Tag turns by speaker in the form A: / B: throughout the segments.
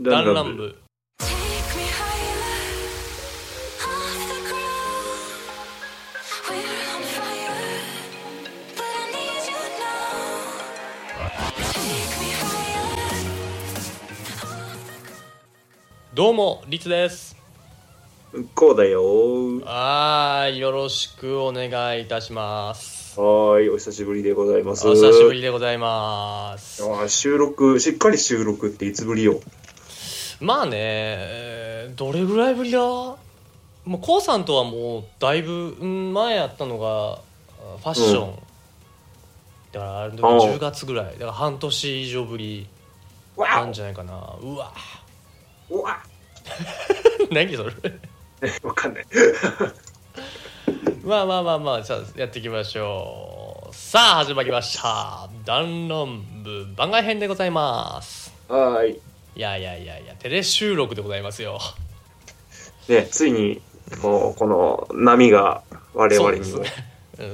A: ダ
B: ダ
A: ン
B: ン
A: ラ
B: ラ
A: ン
B: ン
A: ブ
B: ブ
C: Take me higher, off the ground. We're on fire, but I need you now. Take me higher.
B: どうもリツです
A: こうだよ
B: はーいよろしくお願いいたします
A: はーいお久しぶりでございます
B: お久しぶりでございます
A: あー収録しっかり収録っていつぶりよ
B: まあねえーどれぐらいぶりだもうこうさんとはもうだいぶうん前やったのがあファッション、だからあれでも
A: ああ
B: 10月ぐらいだから半年以上ぶりな
A: わ
B: んじゃないかなうわ
A: おうわ
B: 何それ
A: わかんない
B: まあまあまあまあじゃあやっていきましょうさあ始まりました「弾論部番外編」でございます
A: はーい
B: いやいやいやいやテレ収録でございますよ
A: ねついにもうこの波が我々に
B: そう
A: も
B: ですうん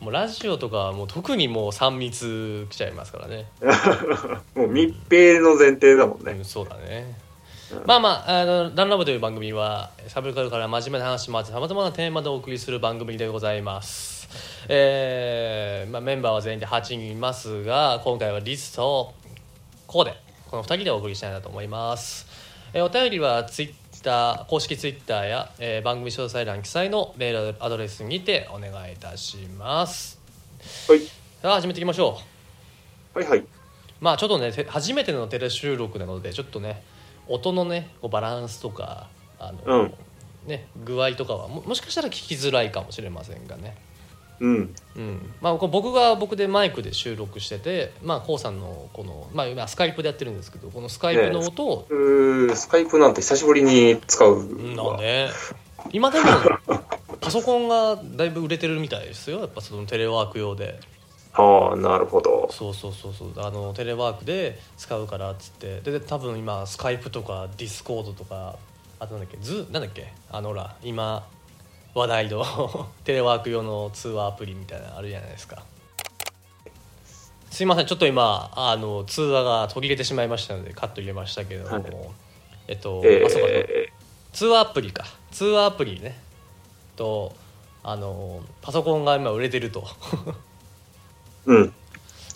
B: もうラジオとかはもう特にもう3密来ちゃいますからね、
A: もう密閉の前提だもん
B: う
A: ね
B: ん、 そうだね、まあまああの「ダンラブ」という番組はサブカルから真面目な話もあってさまざまなテーマでお送りする番組でございますえーまあ、メンバーは全員で8人いますが今回はリスとこうでこの2人でお送りしたいなと思います、えーお便りはツイッター公式ツイッターや、えー番組詳細欄記載のメールアドレスにてお願いいたします
A: はい
B: さあ始めていきましょ
A: はいはいう
B: まあちょっとねて初めてのテレ収録なのでちょっとね音のねこうバランスとかあ
A: う
B: の、
A: ん
B: ね、具合とかはももしかしたら聞きづらいかもしれませんがね
A: うん
B: うんまあ、こう僕が僕でマイクで収録してて、まあ、こうさんのこの、まあ、今スカイプでやってるんですけどこのスカイプの音を、
A: うースカイプなんて久しぶりに使う
B: なん
A: わ
B: で今でもパソコンがだいぶ売れてるみたいですよやっぱそのテレワーク用で
A: ああなるほど
B: そうそうそうそうあのテレワークで使うからっつってでで多分今スカイプとかディスコードとかあとなんだっけズなんだっけあのほら今話題の テレワーク用の通話アプリみたいなのあるじゃないですかすいませんちょっと今あの通話が途切れてしまいましたのでカット入れましたけども、
A: はい
B: えっと、
A: え
B: あそうか
A: え
B: 通話アプリか通話アプリねとあのパソコンが今売れてると
A: うん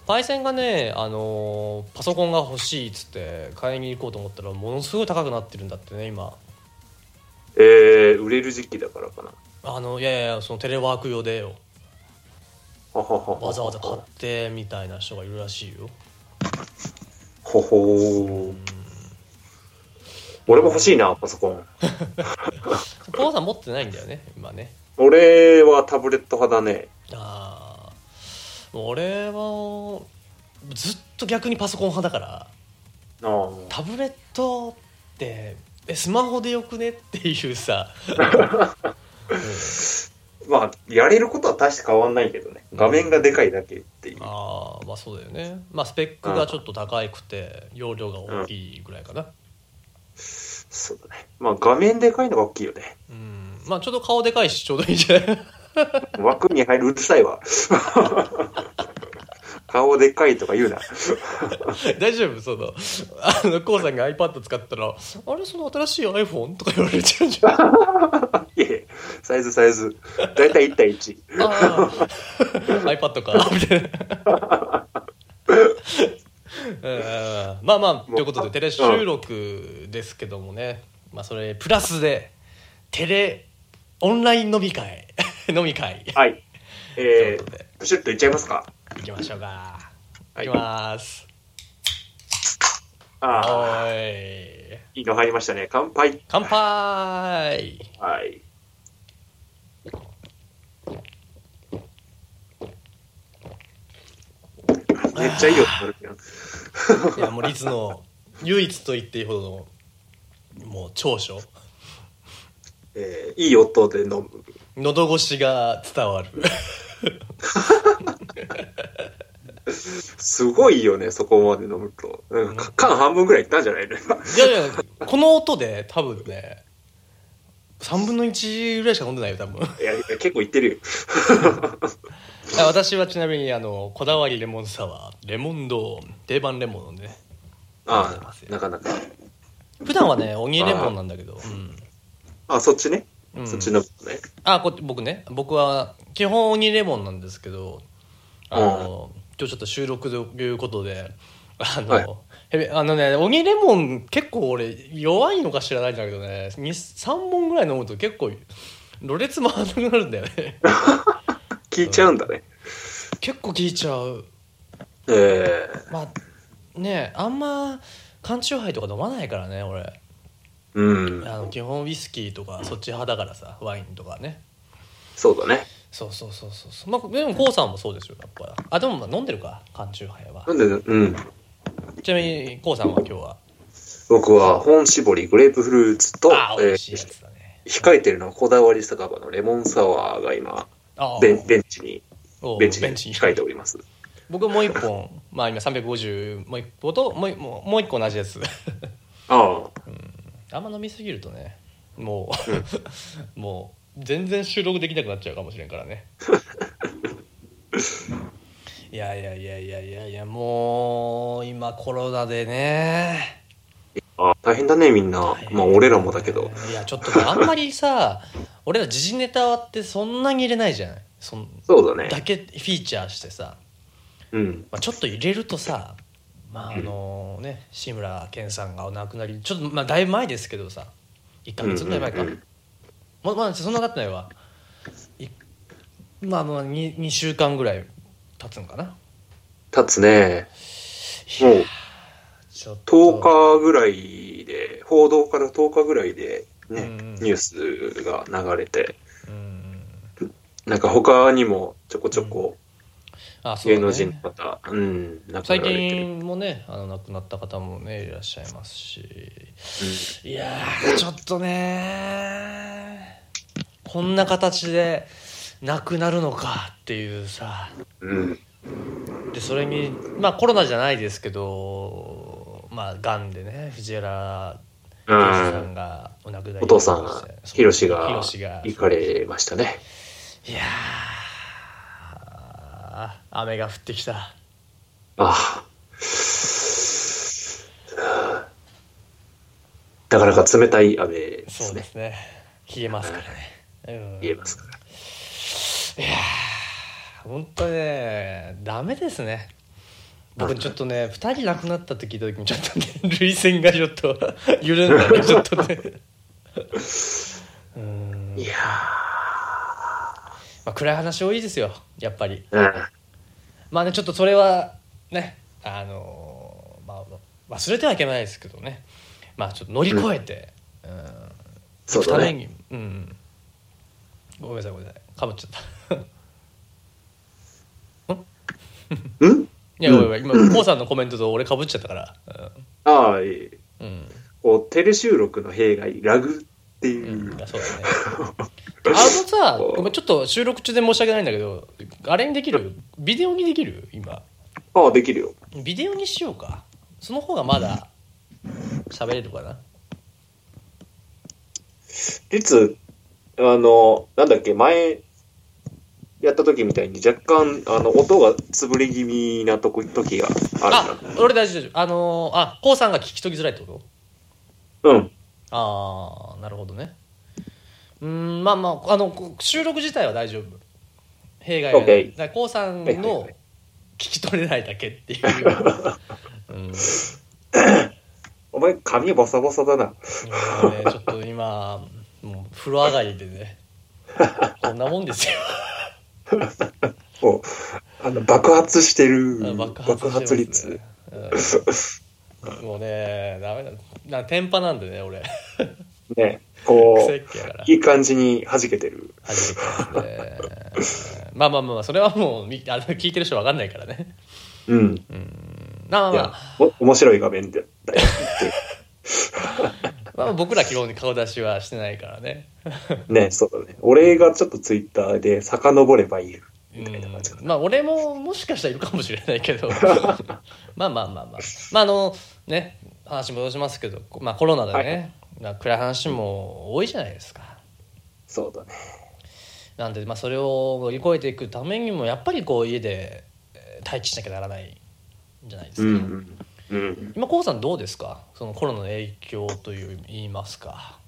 B: パイセンがねあのパソコンが欲しいっつって買いに行こうと思ったらものすごい高くなってるんだってね今
A: えー売れる時期だからかな
B: あのいやいやそのテレワーク用でよ
A: はははは
B: わざわざ買ってみたいな人がいるらしいよ
A: ほほー俺も欲しいなパソコン
B: コバさん持ってないんだよね今ね
A: 俺はタブレット派だね
B: ああ俺はずっと逆にパソコン派だから
A: ああ
B: タブレットってえスマホでよくねっていうさ、うん
A: まあやれることは大して変わんないけどね画面がでかいだけっていう、
B: ああまあそうだよねまあスペックがちょっと高くて容量が大きいぐらいかな
A: そうだねまあ画面でかいのが大きいよね
B: うん、まあちょうど顔でかいしちょうどいいんじゃない
A: 枠に入るうるさいわ 顔でかいとか言うな
B: 大丈夫そのあの k o さんが iPad 使ったら「あれその新しい iPhone?」とか言われちゃうじゃんあ
A: いえいえサイズサイズ大体1対1
B: あ iPad かみたいなうんまあまあということでテレ収録ですけどもね、まあ、それプラスでテレオンライン飲み会飲み会
A: はいえ
B: ということで
A: ー、プシュッといっちゃいますか
B: 行きましょうか。
A: は
B: 行
A: い
B: きます。お
A: ああ
B: ーい。
A: いいの入りましたね乾杯
B: 乾杯
A: はいめっちゃいい音鳴るけど
B: いや、もうリツの唯一と言っていいほどの、もう長所。
A: えーいい音で飲む
B: 喉越しが伝わる。
A: すごいよねそこまで飲むとなんか缶半分ぐらいいったんじゃないの 今
B: いやいや、この音で多分ね、3分の1ぐらいしか飲んでないよ、多分。
A: いやいや結構いってるよ
B: あ私はちなみに、あの、こだわりレモンサワー、レモンドーン、定番レモンのね、り
A: あ
B: ます
A: あ、な
B: よ
A: かなか。
B: 普段はねオニエレモンなんだけどうん
A: ああ、そっちね。
B: うん
A: そっちの方ね。
B: あこ僕ね僕は基本鬼レモンなんですけどあの、今日ちょっと収録ということであの、
A: はい
B: へべあのね鬼レモン結構俺弱いのか知らないんだけどね3本ぐらい飲むと結構ろれつ回らなくなるんだ よね
A: 聞いちゃうんだね。
B: 結構効いちゃう
A: ええ
B: まあねあんま缶チューハイとか飲まないからね俺
A: うん。
B: あの基本ウイスキーとかそっち派だからさワインとかね
A: そうだね。
B: そうそうそうそうそうまあでもこうさんもそうですよやっぱりあでもまあ飲んでるか缶チューハイは
A: なんで、うん。
B: ちなみにこうさんは今日は
A: 僕は、本搾り、グレープフルーツと、
B: ああ美
A: え
B: 味しいや
A: ー
B: つだね
A: 控えてるのはこだわり酒場のレモンサワーが今、
B: ああ
A: ベンベンチに、
B: おう
A: ベンチ
B: ベン
A: に
B: チに
A: 控えております。
B: 僕もう一本まあ今350もう一本ともう一もうもう一個同じやつ
A: ああ、
B: あんま飲みすぎるとねもう もう全然収録できなくなっちゃうかもしれんからね いやいやいやいやいやいやもう今コロナでね
A: ああ大変だね、みんな。まあ、俺らもだけど。
B: いやちょっとねあんまりさ 俺ら時事ネタってそんなに入れないじゃないそん
A: そうだね。
B: だけフィーチャーしてさ、
A: うん。
B: まあ、ちょっと入れるとさまああのね志村けんさんがお亡くなりちょっとまあだいぶ前ですけどさ1か月ぐらい前か、
A: うんうんうん
B: ままだそんな経ってないわいまあまあ 2, 2週間ぐらい経つのかな
A: 立つね。もう、
B: ちょっと
A: 10日ぐらいで、報道から10日ぐらいで、ね、
B: うんうん
A: ニュースが流れて、
B: うん
A: なんか他にもちょこちょこ
B: あそう
A: 芸
B: だね
A: 能人の方、うん、亡くな
B: 最
A: られてる。
B: 近もねあの亡くなった方もねいらっしゃいますし、いやーちょっとねーこんな形で亡くなるのかっていうさ
A: うん。
B: でそれにまあコロナじゃないですけどまあがんでね藤原
A: う
B: 圭司さん
A: ん。
B: がお亡くなり
A: お父さ
B: になりまし
A: ん
B: て、そう
A: ヒロシが
B: ヒロシが
A: 行かれましたね。
B: いやー雨が降ってきた
A: ああ。なかなか冷たい雨で
B: そ
A: す
B: うで
A: ね。
B: すね冷えますからね、うん
A: 言えますから。
B: 本当ねダメですね僕ちょっとね2人亡くなったって聞いた時にちょっとね 涙腺がちょっと緩んだねちょっとね うん、
A: いや
B: まあ、暗い話多いですよやっぱり
A: ー、
B: まあねちょっとそれはねあのーまあ忘れてはいけないですけどねまあちょっと乗り越えて、うん
A: そうだ
B: 行く
A: ね
B: ためにうんごめんなさいごめんなさいかぶっ ちゃっ
A: う
B: た
A: ん。うん
B: いや、ごめんごめん今、コウさんのコメントと俺かぶっちゃったから。
A: ああ、いい。
B: うん。
A: こう、テレ収録の弊害、ラグって
B: う
A: い
B: ん。
A: う。
B: いやそうだね。あの さ、ごめん、ちょっと収録中で申し訳ないんだけど、あれにできるビデオにできる今。
A: ああ、できるよ。
B: ビデオにしようか。その方がまだ喋れるかな。
A: 実、あの、なんだっけ、前、やった時みたいに若干、あの、音が潰れ気味なとこ、時があ
B: あ
A: る、
B: 俺大丈夫大丈夫。あのー、あ、コウさんが聞き取りづらいってこと
A: な。うん。
B: ああなるほどねうーんまあまああのこ収録自体は大丈夫弊害はない
A: OK
B: だから KOO さん
A: はいはいは
B: の
A: い
B: 聞き取れないだけ っていううん
A: お前、髪ボサボサだな。
B: もうねちょっと今もう風呂上がりでねこんなもんですよ
A: もう、あの、爆発してる。
B: 爆発してます
A: 爆率。
B: うんもうねダメだな天パなんでね俺
A: ね。こ
B: 癖っ
A: う、
B: 気やから
A: いい感じに弾けてる。
B: 初めてですねまあまあまあまあそれはもうみあの聞いてる人わかんないからね
A: うん。い
B: まあまあま
A: や
B: あ、
A: お面白い画面だったよ。
B: まあ、僕ら基本に顔出しはしてないからね。
A: ね、そうだね。俺がちょっとツイッターで遡ればいる。
B: う
A: みたいな感じか
B: ん、
A: な。
B: まあ俺ももしかしたらいるかもしれないけどまあまあまあまあまああのね話戻しますけど、まあ、コロナでね、まあ暗い話も多いじゃないですか
A: そうだね。
B: なんでまあそれを乗り越えていくためにもやっぱりこう家でえー待機しなきゃならないんじゃないです
A: う
B: か、
A: ん。
D: うん。
B: 今こうさんどうですかそのコロナの影響という言いますか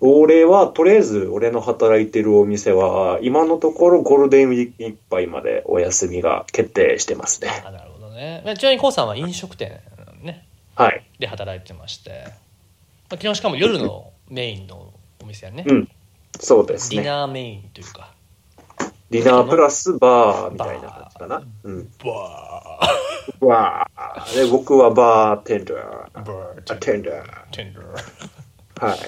D: 俺は、とりあえず、俺の働いてるお店は、今のところゴールデンウィークいっぱいまでお休みが決定してますね。
B: あなるほどねまあちなみにこうさんは飲食店ね
D: はい。
B: で働いてまして、まあ、昨日しかも夜のメインのお店やね、
D: うんそうです
B: ディ
D: ね。
B: ナーメインというか
D: ディナープラスバーみたいな感じかな。うん。
B: バ
D: わあ。で、僕はバーテンダー。
B: ーバー
D: バーテンダー。
B: テンダー
D: はい。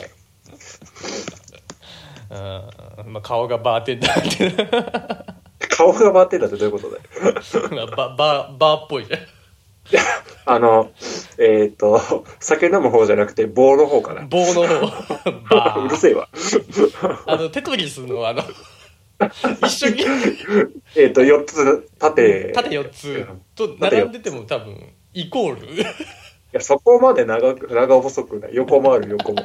B: うんまあ、顔がバーテンダーっていう
D: 顔がバーテンダーってどういうことだよ。
B: まあバババーっぽいじゃん
D: あの、えっ、と、酒飲む方じゃなくて棒の方かな。
B: 棒の方バ
D: う
B: ー
D: るせえわ。
B: あのテトリスのあ の一緒に
D: えっと、4つ縦。
B: 縦
D: い
B: 4つと
D: 縦四つ
B: 並んでても多分イコール
D: や、そこまで長く、長細くない。横もある、横も。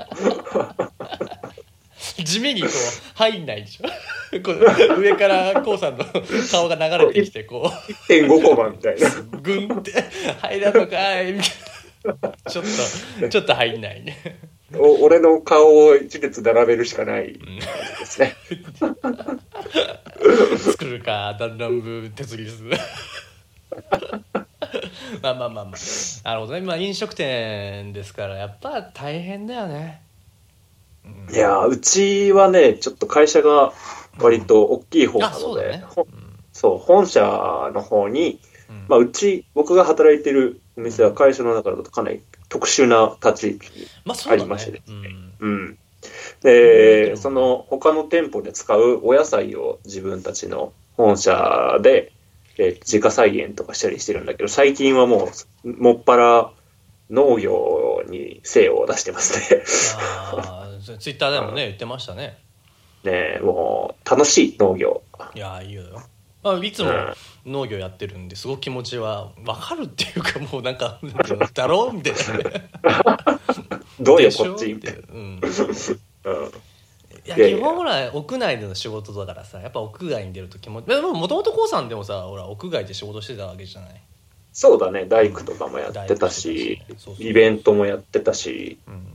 B: 地味にこう入んないでしょこう上からこうさんの顔が流れてきてこう
D: 1.5コマみたい な。
B: グンって入らんのかいみたいなちょっとちょっと入んないね
D: お俺の顔を一列並べるしかないですね。
B: 作るかダンランブテトリスまあまあまあまあなるほどね今飲食店ですからやっぱ大変だよね
D: いやーうちはね、ちょっと会社が割と大きい方な
B: あそ
D: の
B: うだ
D: で、
B: ね
D: ほんそう、本社の方に、
B: うん
D: まあ、うち、僕が働いてるお店は会社の中だとかなり特殊な立ち位置。
B: まあそう
D: あり
B: だ
D: まし
B: ね
D: て
B: うん
D: うん。
B: う
D: で、
B: ん
D: その他の店舗で使うお野菜を自分たちの本社で、えー自家菜園とかしたりしてるんだけど、最近はもう、もっぱら農業に精を出してますね。
B: あーツイッターでもね言ってましたね
D: ねえもう、楽しい農業。
B: いやーいいよ、まあ、いつも
D: うん
B: 農業やってるんですごく気持ちは分かるっていうかもうなんか なんていうのだろうみたいなね
D: どうよ、
B: でし
D: こ
B: ょ
D: っち。
B: ていううん
D: うん
B: いや
D: いやいや
B: 基本ほら屋内での仕事だからさやっぱ屋外に出ると気持ちでももともと k さんでもさほら屋外で仕事してたわけじゃない、
D: そうだね、大工とかもやってたし
B: 大工とかねそう、そう
D: イベントもやってたし、
B: うん、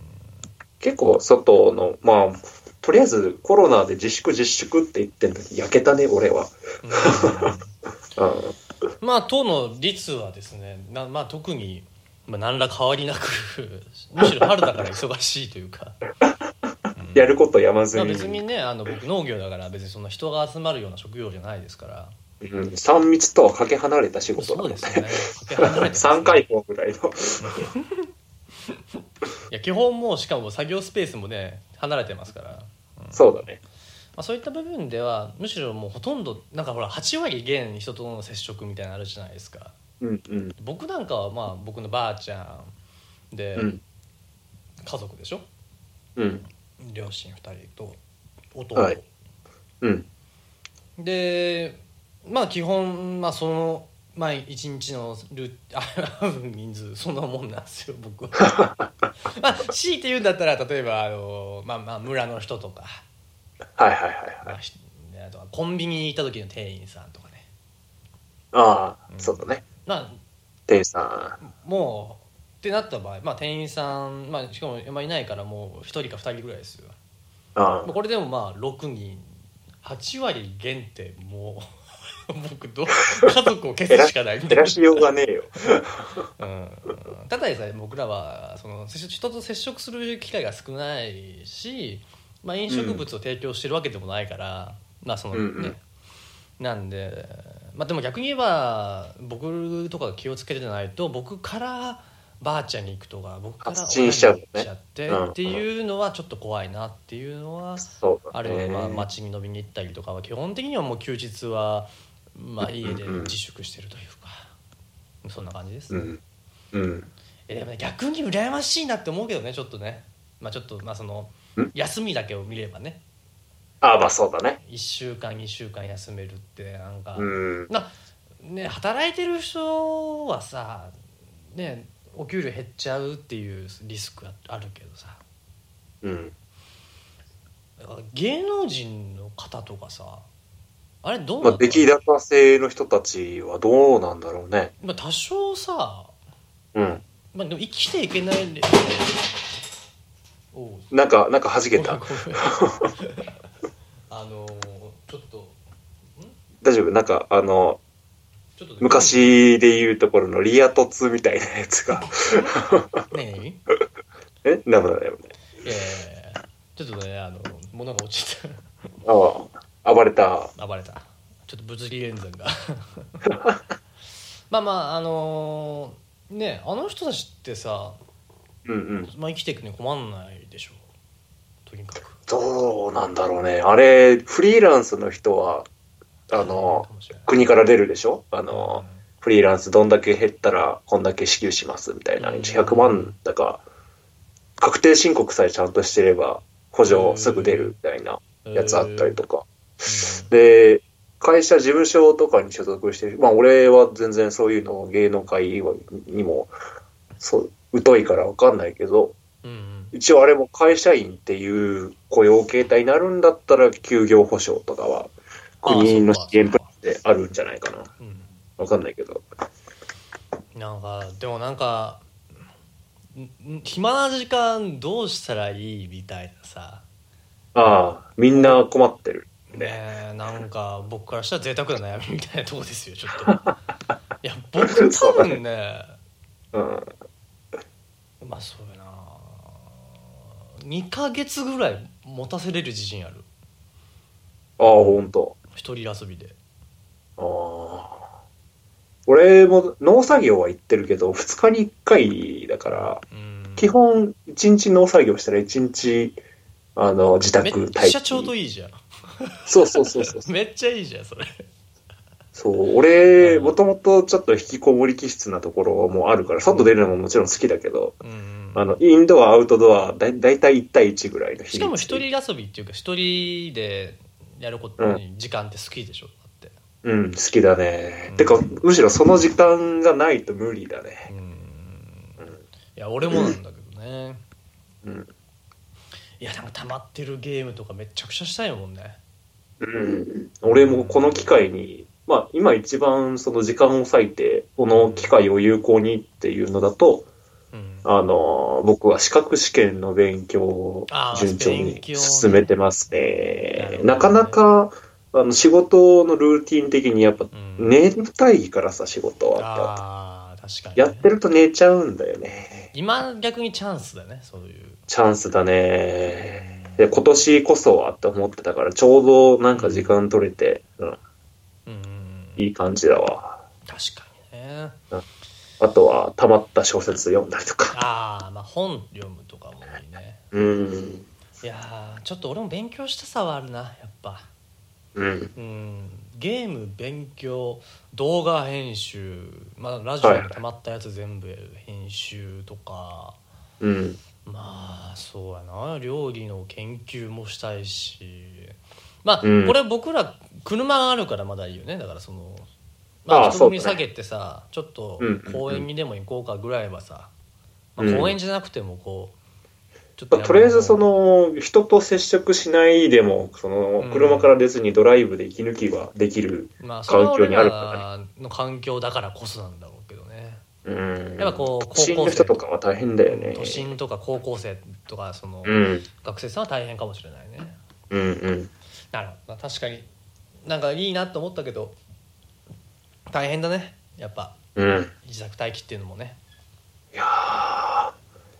D: 結構外の、まあ、とりあえずコロナで自粛自粛って言ってんだけど、焼けたね、俺は。 うん、
B: まあ当の率はですねな、まあ、特に、まあ、何ら変わりなくむしろ春だから忙しいというか、うん
D: やること山積
B: まあ、
D: み、
B: 別にねあの僕農業だから別にそんな人が集まるような職業じゃないですから
D: うん、3密とはかけ離れた仕
B: そ
D: 事
B: う
D: だ
B: で
D: っ
B: す
D: た
B: よね
D: ね。
B: かけ離れてますね
D: 3回校ぐらいの。
B: いや基本もうしかも作業スペースもね離れてますから
D: そうだね。
B: まあ、そういった部分ではむしろもうほとんどなんかほら8割減人との接触みたいなのあるじゃないですか
D: うんうん。
B: 僕なんかはまあ僕のばあちゃんで
D: うん。
B: 家族でしょ
D: うん。
B: 両親2人と弟、
D: はいうん。
B: でまあ基本まあその毎一日のル あ人数そんなもんなんですよ僕 はまあ強いて言うんだったら例えばあの、まあ、まあ村の人とか、
D: はいはいはいは
B: ま
D: い。
B: あひあとはコンビニに行った時の店員さんとかね
D: ああ、
B: うん
D: そうだね。
B: まあ
D: 店員さん。
B: もうってなった場合、まあ、店員さん、まあ、しかもあんまりいないからもう1人か2人ぐらいですよ
D: あ
B: まあ
D: あ
B: これでもまあ6人8割減ってもう 僕どう家族を消すしかないみたい
D: 減
B: な
D: ら、しようがねえよ。
B: うん、ただでさえ僕らはその接触人と接触する機会が少ないし、まあ、飲食物を提供してるわけでもないから、まあそのね、
D: うんうん
B: なんで、まあ、でも逆に言えば僕とかが気をつけてないと僕からばあちゃんに行くとか僕から
D: 発信しちゃうね
B: 親に行っちゃって、
D: うんうん
B: っていうのはちょっと怖いなっていうのは
D: そう
B: あ
D: だ
B: るいは
D: ね。
B: まあ街に飲みに行ったりとかは基本的にはもう休日は、まあ、家で
D: うんうん
B: 自粛してるというか、そんな感じです、
D: う
B: ね
D: ん。うん。
B: えでもね逆に羨ましいなって思うけどねちょっとねまあちょっとまあその
D: ん
B: 休みだけを見ればね
D: ああ、まあそうだね。
B: 1週間2週間休めるってなんか、
D: うん。
B: なね働いてる人はさねお給料減っちゃうっていうリスクはあるけどさ
D: うん。
B: 芸能人の方とかさあれどう
D: ま
B: な
D: あ、
B: った
D: 出来高制の人たちはどうなんだろうね。
B: まあ多少さ
D: うん。
B: まあでも生きていけないんでおう
D: なんか、なんか弾けた
B: ご。めんごめん あのーちょっと
D: 大丈夫なんか、あの、
B: ちょっと
D: 昔で言うところのリア凸みたいなやつが。
B: ねえね
D: えダメだよね。
B: えいやいやいやちょっとねあの物が落ちて
D: ああ、暴れた。
B: た暴れたちょっと物理演算が まあまああのーねえあの人たちってさ、
D: うんうん。
B: まあ、生きていくに困んないでしょとにかく
D: どうなんだろうね。あれ、フリーランスの人は、あの
B: か、もしれない
D: 国から出るでしょあの、フリーランスどんだけ減ったら、こんだけ支給しますみたいな。
B: うん
D: 100万だか、確定申告さえちゃんとしてれば、補助すぐ出るみたいな
B: うん
D: やつあったりとか。
B: う
D: で、会社、事務所とかに所属してる。まあ、俺は全然そういうの、芸能界にも、そう、疎いからわかんないけど、
B: んうん
D: 一応あれも会社員っていう雇用形態になるんだったら、休業保障とかは、国の支援プランであるんじゃないかな。
B: うんうん
D: わかんないけど。
B: なんかでもなんかんん暇な時間どうしたらいいみたいなさ
D: ああ、みんな困ってる。ね。
B: ねえなんか僕からしたら贅沢な悩みみたいなとこですよちょっといや僕多分ね
D: うん。
B: まあそうやな2ヶ月ぐらい持たせれる自信ある
D: ああ、ほんと。
B: 一人遊びで
D: ああ。俺も農作業は行ってるけど、2日に1回だから、
B: うん
D: 基本、一日農作業したら一日、あの、自
B: めっ
D: 宅
B: ちゃちょうど
D: いい。
B: いいじゃん
D: そうそうそうそう。
B: めっちゃいいじゃんそれ
D: そう、俺、
B: うん
D: もともとちょっと引きこもり気質なところもあるから、外出るのももちろん好きだけど、
B: うん
D: あの、インドア、アウトドア、だいだいたい1対1ぐらいの比率
B: しかも一人遊びっていうか一人でやることに時間って好きでしょだって
D: うん、好きだね。
B: うん
D: てか、むしろその時間がないと無理だね。
B: いや俺もなんだけどね
D: うん。
B: いやなんか溜まってるゲームとかめちゃくちゃしたいもんね
D: うん。俺もこの機会に、まあ、今一番その時間を割いて、この機会を有効にっていうのだと、
B: うん
D: あの、僕は資格試験の勉強を
B: あー
D: 順調
B: 勉
D: に
B: 強ね
D: 進めてます
B: なるほ
D: ね
B: ど。ね
D: なかなか、あの、仕事のルーティン的にやっぱ、
B: うん
D: 寝たいからさ、仕事は。やっぱ
B: あー確かにね、
D: やってると寝ちゃうんだよね。
B: 今逆にチャンスだねそういう
D: チャンスだね。で、今年こそはって思ってたから、ちょうどなんか時間取れて、うん、
B: うんうんうん
D: いい感じだわ。
B: 確かにね
D: あとは、溜まった小説読んだりとか。
B: ああまあ本読むとかもいいね
D: うん。
B: いやーちょっと俺も勉強したさはあるなやっぱ
D: うん。
B: うんゲーム勉強動画編集、まあ、ラジオにたまったやつ全部編集とか、
D: うん。
B: まあそうやな料理の研究もしたいしまあ、
D: うん
B: これ僕ら車があるからまだいいよねだからその、
D: あ
B: まあ、
D: あ
B: 人混み
D: そうだ
B: 下
D: ね
B: げてさ、ちょっと
D: うんうんうん
B: 公園にでも行こうかぐらいはさ、ま
D: う
B: あ、
D: ん
B: 公園じゃなくてもこうちょっ
D: まあとりあえずそ
B: 山の
D: の人と接触しないでもその
B: うん
D: 車から出ずにドライブで息抜きはできる、
B: まあそれは
D: 環境にある
B: 俺らの環境だからこそなんだろうけどね
D: うん、
B: やっぱこう
D: 都心の人とかは大変だよね
B: 都心とか高校生とかその、
D: うん
B: 学生さんは大変かもしれないね
D: うんうん
B: なるほど、まあ、確かになんかいいなと思ったけど大変だねやっぱ
D: うん
B: 自宅待機っていうのもね
D: いやー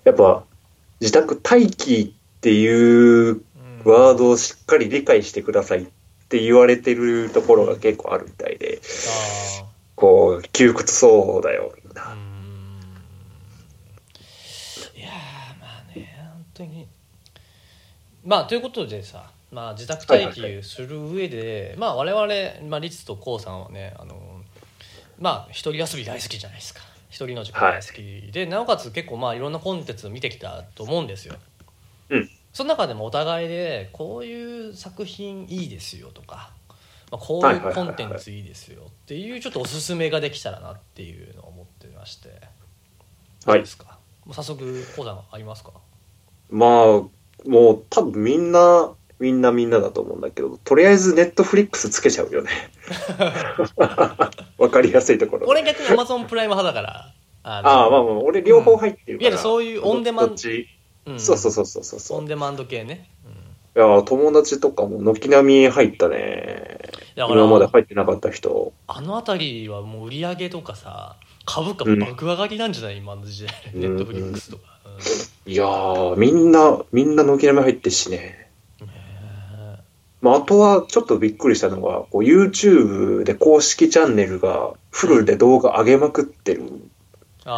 D: やっぱ自宅待機っていう
B: うん
D: ワードをしっかり理解してくださいって言われてるところが結構あるみたいでこう窮屈そうだよみん
B: あーう
D: な
B: んいやーまあね本当にまあということでさ、まあ、自宅待
D: はいはい
B: 機する上で、まあ我々、まあ、リツとコウさんはねあのまあ一人遊び大好きじゃないですか一人の時間大好きで、なおかつ結構まあいろんなコンテンツを見てきたと思うんですよ
D: うん
B: その中でもお互いでこういう作品いいですよとか、まあ、こう
D: はい
B: い
D: はいは
B: う
D: いは
B: コ
D: い
B: ンテンツいいですよっていうちょっとおすすめができたらなっていうのを思ってましてど
D: は
B: う
D: い
B: ですかもう早速講座ありますか
D: まあ、もう多分みんな、みんなみんなだと思うんだけど、とりあえずネットフリックスつけちゃうよね。わかりやすいところ。
B: 俺逆に Amazon プライム派だからあ
D: ああ、まあまあ、俺両方入ってるから。
B: いやそういうオンデマン
D: どっち
B: あ
D: そうそうそうそうそう。
B: オンデマンド系ね、うん
D: いやー、友達とかも軒並み入ったね。
B: だから
D: 今まで入ってなかった人。
B: あの辺りはもう売り上げとかさ株価爆上がりなんじゃない、今の時代
D: うん
B: ネットフリックスとか、うん
D: いやー、みんな、みんな軒並み入ってるしね。まあ、あとはちょっとびっくりしたのが、こう YouTube で公式チャンネルがフルで動画上げまくってる
B: あ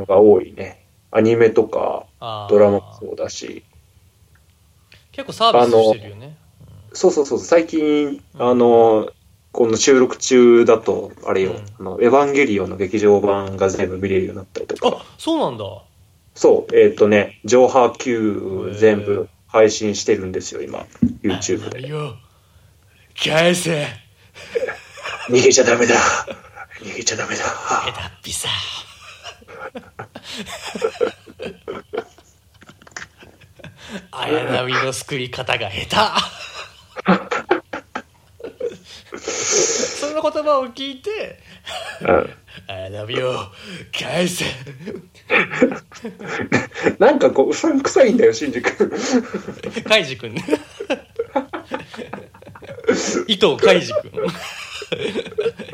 D: のが多いね。アニメとか
B: あ
D: ドラマもそうだし。
B: 結構サービスしてるよね
D: そうそうそう、最近、
B: うん
D: あの、この収録中だと、あれよ、
B: う
D: あの、エヴァンゲリオンの劇場版が全部見れるようになったりと
B: あ
D: か、
B: そうなんだ
D: そう、えっ、とね、上波級全部配信してるんですよ、今、YouTube で。
B: よ返せエ
D: 逃げちゃダメだ逃げちゃダメだ
B: ダッピ さ綾波の作り方が下 手その言葉を聞いて
D: うん
B: 綾波を返せ
D: なんかこう、うさんくさいんだよ、新宿。
B: カイジ君伊藤カイジ君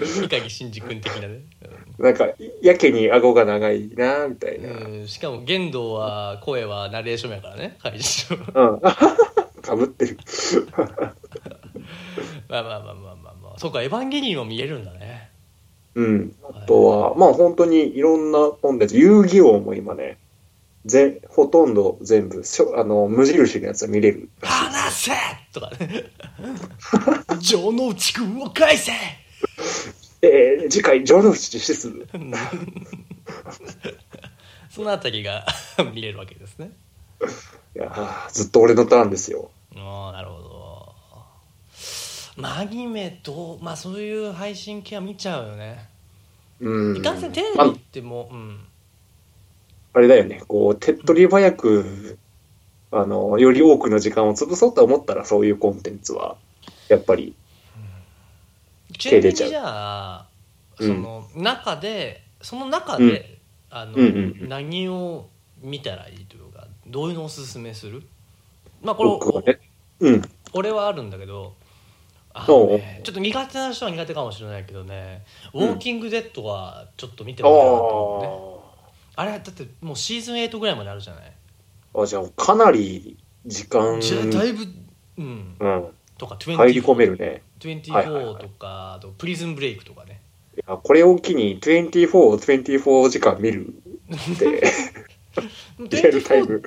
B: 三上真司君的なね、
D: なんか、やけに顎が長いなみたいな。
B: うん、しかも言動は声はナレーションやからねカイジ君
D: うん。 かぶってる。
B: まあまあまあまあまあ、まあ、そうかエヴァンゲリオンも見えるんだね
D: うん。あとは、まあ本当にいろんなコンテンツ、遊戯王も今ね、ぜほとんど全部、しょあの、無印のやつは見れる。
B: 話せとかね城之内君を返せ
D: えー、次回、城之内シ ス。
B: そのあたりが 見れるわけですね
D: いやーずっと俺のターンですよ。
B: ああなるほどまあアニメとまあそういう配信系は見ちゃうよね
D: うん。
B: いかんせんテレビ
D: まあ
B: ってもう、うん、
D: あれだよね、こう、手っ取り早く、あの、より多くの時間を潰そうと思ったら、そういうコンテンツは、やっぱり、
B: ちなみ
D: 手
B: に
D: 出ちゃう
B: じゃあ
D: うん
B: その中で、その中
D: うん
B: で、あの
D: うんうんうん
B: 何を見たらいいというかどういうのをおすすめするまあこれ
D: 僕はね、うん、
B: お俺はあるんだけどあの
D: そう
B: ねちょっと苦手な人は苦手かもしれないけどね「ウ
D: うん
B: ォーキング・デッド」はちょっと見て
D: あ
B: もらいなと思うね、
D: あ
B: あれだってもうシーズン8ぐらいまであるじゃない、
D: あ、じゃあ、かなり、時間、
B: じゃあだいぶうん
D: うん、
B: とか24
D: 入り込めるね。はいはい
B: 24
D: はい
B: とかあとプリズンブレイクとかね
D: いや、これを機に、24を24時間見るって、リアルタイ ム。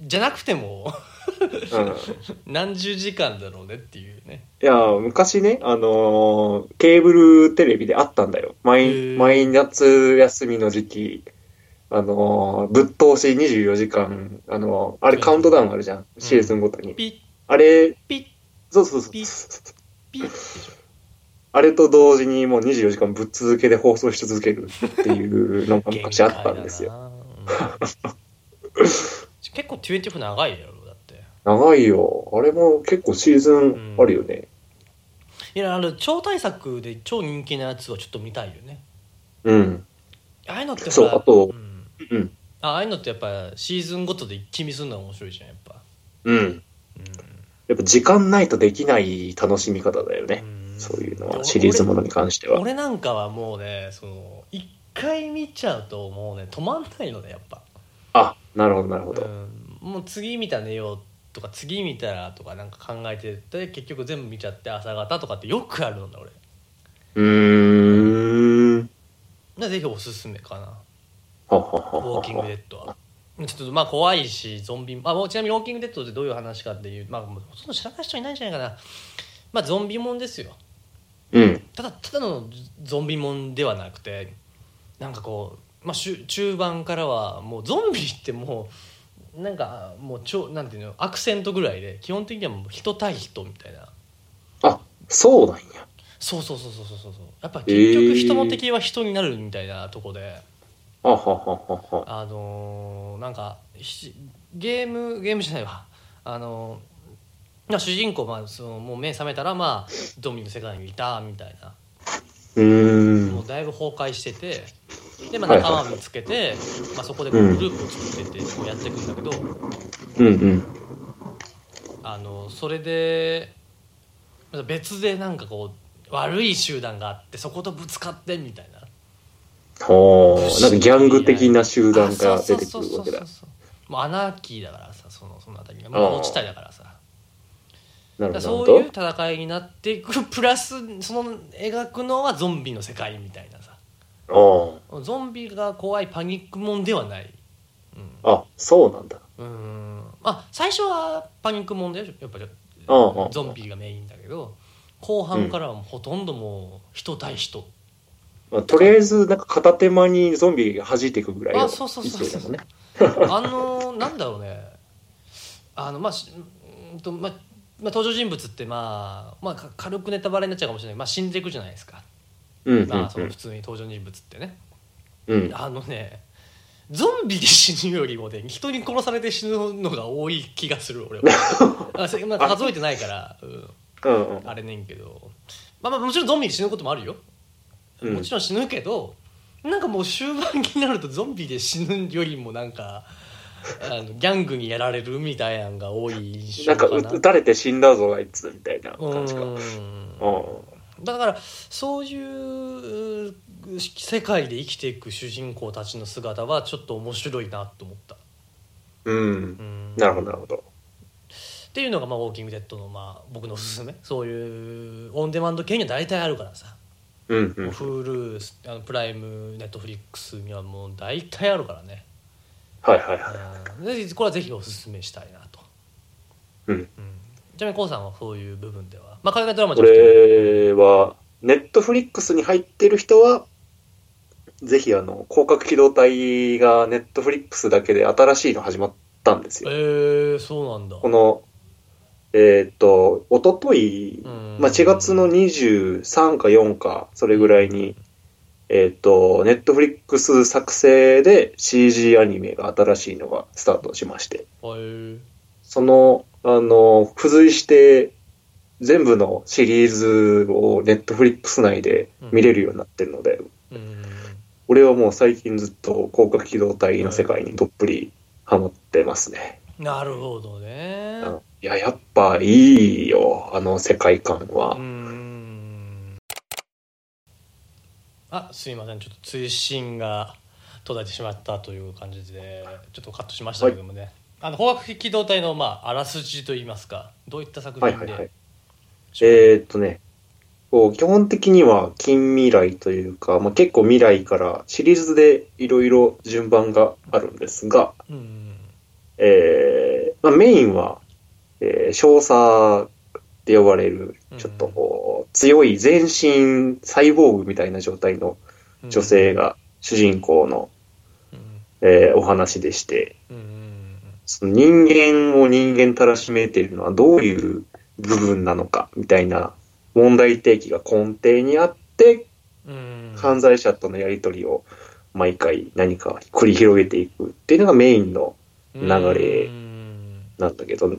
B: じゃなくても
D: うん。
B: 何十時間だろうねっていうね
D: いや、昔ね、あのーケーブルテレビであったんだよ。
B: へ
D: 毎、
B: ー
D: 毎夏休みの時期、あのーぶっ通し24時間、あのーあれカウントダウンあるじゃん、シーズンごとに。
B: ピ
D: あれ、
B: ッピッ
D: そうそうそう
B: ピ。ピッでしょ
D: あれと同時にもう24時間ぶっ続けで放送し続けるっていうのが 昔あったんですよ。
B: 限界だなうん 結構24長いやろだって
D: 長いよ。あれも結構シーズンあるよね。
B: いやあの超大作で超人気なやつはちょっと見たいよね
D: うん。
B: ああいうのってほら
D: そうあと
B: ん
D: うん。
B: あああいうのってやっぱシーズンごとで一気見するのが面白いじゃんやっぱ
D: うん。
B: う
D: やっぱ時間ないとできない楽しみ方だよね。
B: ん
D: そういうの
B: いや
D: は、シリーズものに関しては。
B: 俺なんかはもうねその一回見ちゃうともうね止まんないのねやっぱ、
D: あ、なるほど、なるほ
B: う
D: ど。
B: ん、もう次見たら寝ようとか次見たらとかなんか考えてて結局全部見ちゃって朝方とかってよくあるんだ俺
D: うーん。
B: なぜひおすすめかな
D: ははは
B: ウォーキング
D: は。
B: デッドはちょっとまあ怖いしゾンビあもうちなみにウォーキングデッドってどういう話かっていうまあもうほとんど知らない人いないんじゃないかなまあゾンビもんですよ
D: うん。
B: ただただのゾンビもんではなくてなんかこう、まあ、しゅ中盤からはもうゾンビってもうなんかもうちょなんていうのアクセントぐらいで基本的にはもう人対人みたいな
D: あ、そうなんや。
B: そうそうそうそうそうそうやっぱ
D: えー
B: 結局人の敵は人になるみたいなとこで、
D: あはははは。
B: あのーなんかひゲームゲームじゃないわあのーまあ主人公、まあ、そのもう目覚めたら、まあ、ゾンビの世界にいたみたいな
D: うー。
B: もうんだいぶ崩壊しててで、まあ、
D: はい
B: 仲間を見つけて、まあ、そこでこうグループを作ってってこうやっていくんだけど、
D: うんうん。
B: あのそれでまた別でなんかこう悪い集団があってそことぶつかってみたいな
D: ほー、なんかギャング的な集団が出てくるわけ
B: あそうそうそうそ
D: だ
B: う。そうもうアナーキーだからさそのそのあたりがもう落ちただからさだか
D: な
B: ら
D: るほ
B: そう
D: ど
B: いう。戦いになっていくプラスその描くのはゾンビの世界みたいなさ
D: あ
B: ゾンビが怖いパニックもんではない
D: ああ、そうなんだ。
B: うんまあ最初はパニックもんだよやっぱり
D: うんうん
B: ゾンビがメインだけど後半からはもうほとんどもう人対人、
D: まあ、とりあえず、なんか片手間にゾンビが弾いていくぐらいの
B: あそうそうそうそう
D: 勢いだもんね。
B: あのなんだろうねあのまあしうーんとまあまあ、登場人物って、まあまあ、か軽くネタバレになっちゃうかもしれないけど、まあ、死んでいくじゃないですか、
D: うんうん
B: まあ、その普
D: う
B: 通に登場人物ってね、
D: ん。うん。
B: あのねゾンビで死ぬよりもね人に殺されて死ぬのが多い気がする俺は あせまあ数えてないから、うん
D: うんうん。
B: あれねんけど、まあ、まあもちろんゾンビで死ぬこともあるよ、
D: うん
B: もちろん死ぬけどなんかもう終盤になるとゾンビで死ぬよりもなんか あのギャングにやられるみたいなのが多い印
D: な
B: 象
D: んか、
B: か
D: う
B: な
D: 撃たれて死んだぞ、あいつ、みたいな
B: う
D: 感じか。うん。
B: ん
D: は
B: だからそういうう世界で生きていく主人公たちの姿はちょっと面白いなと思った、
D: うん
B: う。ん
D: なるほど、なるほど。
B: っていうのが、まあ「ウォーキング・デッドの」まあ、僕のおすすめそういうオンデマンド系には大体あるからさ
D: うんうん。
B: Hulu あのプライムネットフリックスにはもう大体あるからね、
D: はいはいはい。
B: うんでこれはぜひおすすめしたいなと、
D: うん。
B: うんちなみに k o さんはそういう部分では、まあ、海外ドラマじ
D: こ
B: ゃなくて
D: れは、ネットフリックスに入ってる人は、ぜひあの、広角機動隊がネットフリックスだけで新しいの始まったんです
B: え
D: よ。
B: ー、そうなんだ
D: この、えーっと、おととい、
B: うん
D: まあ、4月の23か4か、それぐらいに、えーっと、ネットフリックス作成で CG アニメが新しいのがスタートしまして。
B: えー
D: その、あの、付随して、全部のシリーズをネットフリックス内で見れるようになってるので、
B: うん
D: 俺はもう最近ずっと広角機動隊の世界にどっぷりハマってますね。
B: なるほどね
D: あのいや、やっぱいいよ、あの世界観は
B: う。んあすいませんちょっと追伸が途絶えてしまったという感じでちょっとカットしましたけどもね、あの法学機動隊の、まあ、あらすじといいますかどういった作
D: はい
B: 品
D: はい
B: で、
D: はい。えーっとね、こう基本的には近未来というか、まあ、結構未来からシリーズでいろいろ順番があるんですが、
B: うん
D: えーまあ、メインは、えー少佐って呼ばれる
B: うん、
D: ちょっとこう、強い全身サイボーグみたいな状態の
B: うん
D: 女、性が主人公の、
B: うん
D: えーお話でして、
B: うんうん
D: その人間を人間たらしめているのはどういう部分なのかみたいな問題提起が根底にあって、
B: うん、
D: 犯罪者とのやりとりを毎回何か繰り広げていくっていうのがメインの流れ
B: うん
D: なんだけど、
B: ま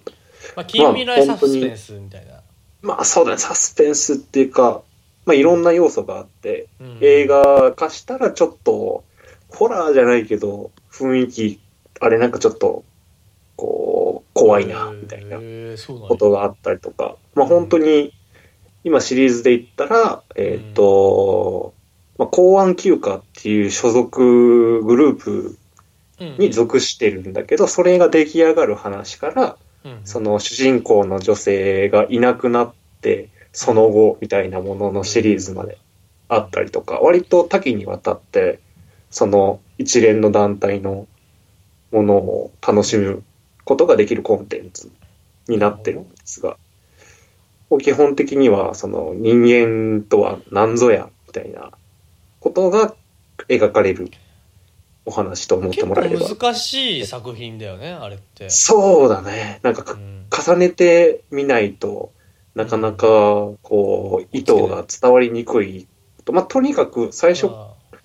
B: あ、近未来サスペンスみたいな、
D: まあそうだね、サスペンスっていうか、まあいろんな要素があって、
B: うん
D: 映画化したらちょっと、ホラーじゃないけど、雰囲気、あれなんかちょっと、こう、怖いな、みたいな
B: へーそうなんや
D: ことがあったりとか、まあ本当に、今シリーズで言ったら、えっ、と、まあ、公安休暇っていう所属グループ
B: うん
D: に属してるんだけど、それが出来上がる話から、その主人公の女性がいなくなって、その後みたいなもののシリーズまであったりとか、割と多岐にわたって、その一連の団体のものを楽しむことができるコンテンツになってるんですが、基本的にはその人間とは何ぞやみたいなことが描かれるお話と思って
B: 結
D: もらえれば。
B: 構難しい作品だよねあれって、
D: そうだね。なんか
B: うん
D: 重ねてみないとなかなかこう意図が伝わりにくい。まあ、とにかく最初
B: まあ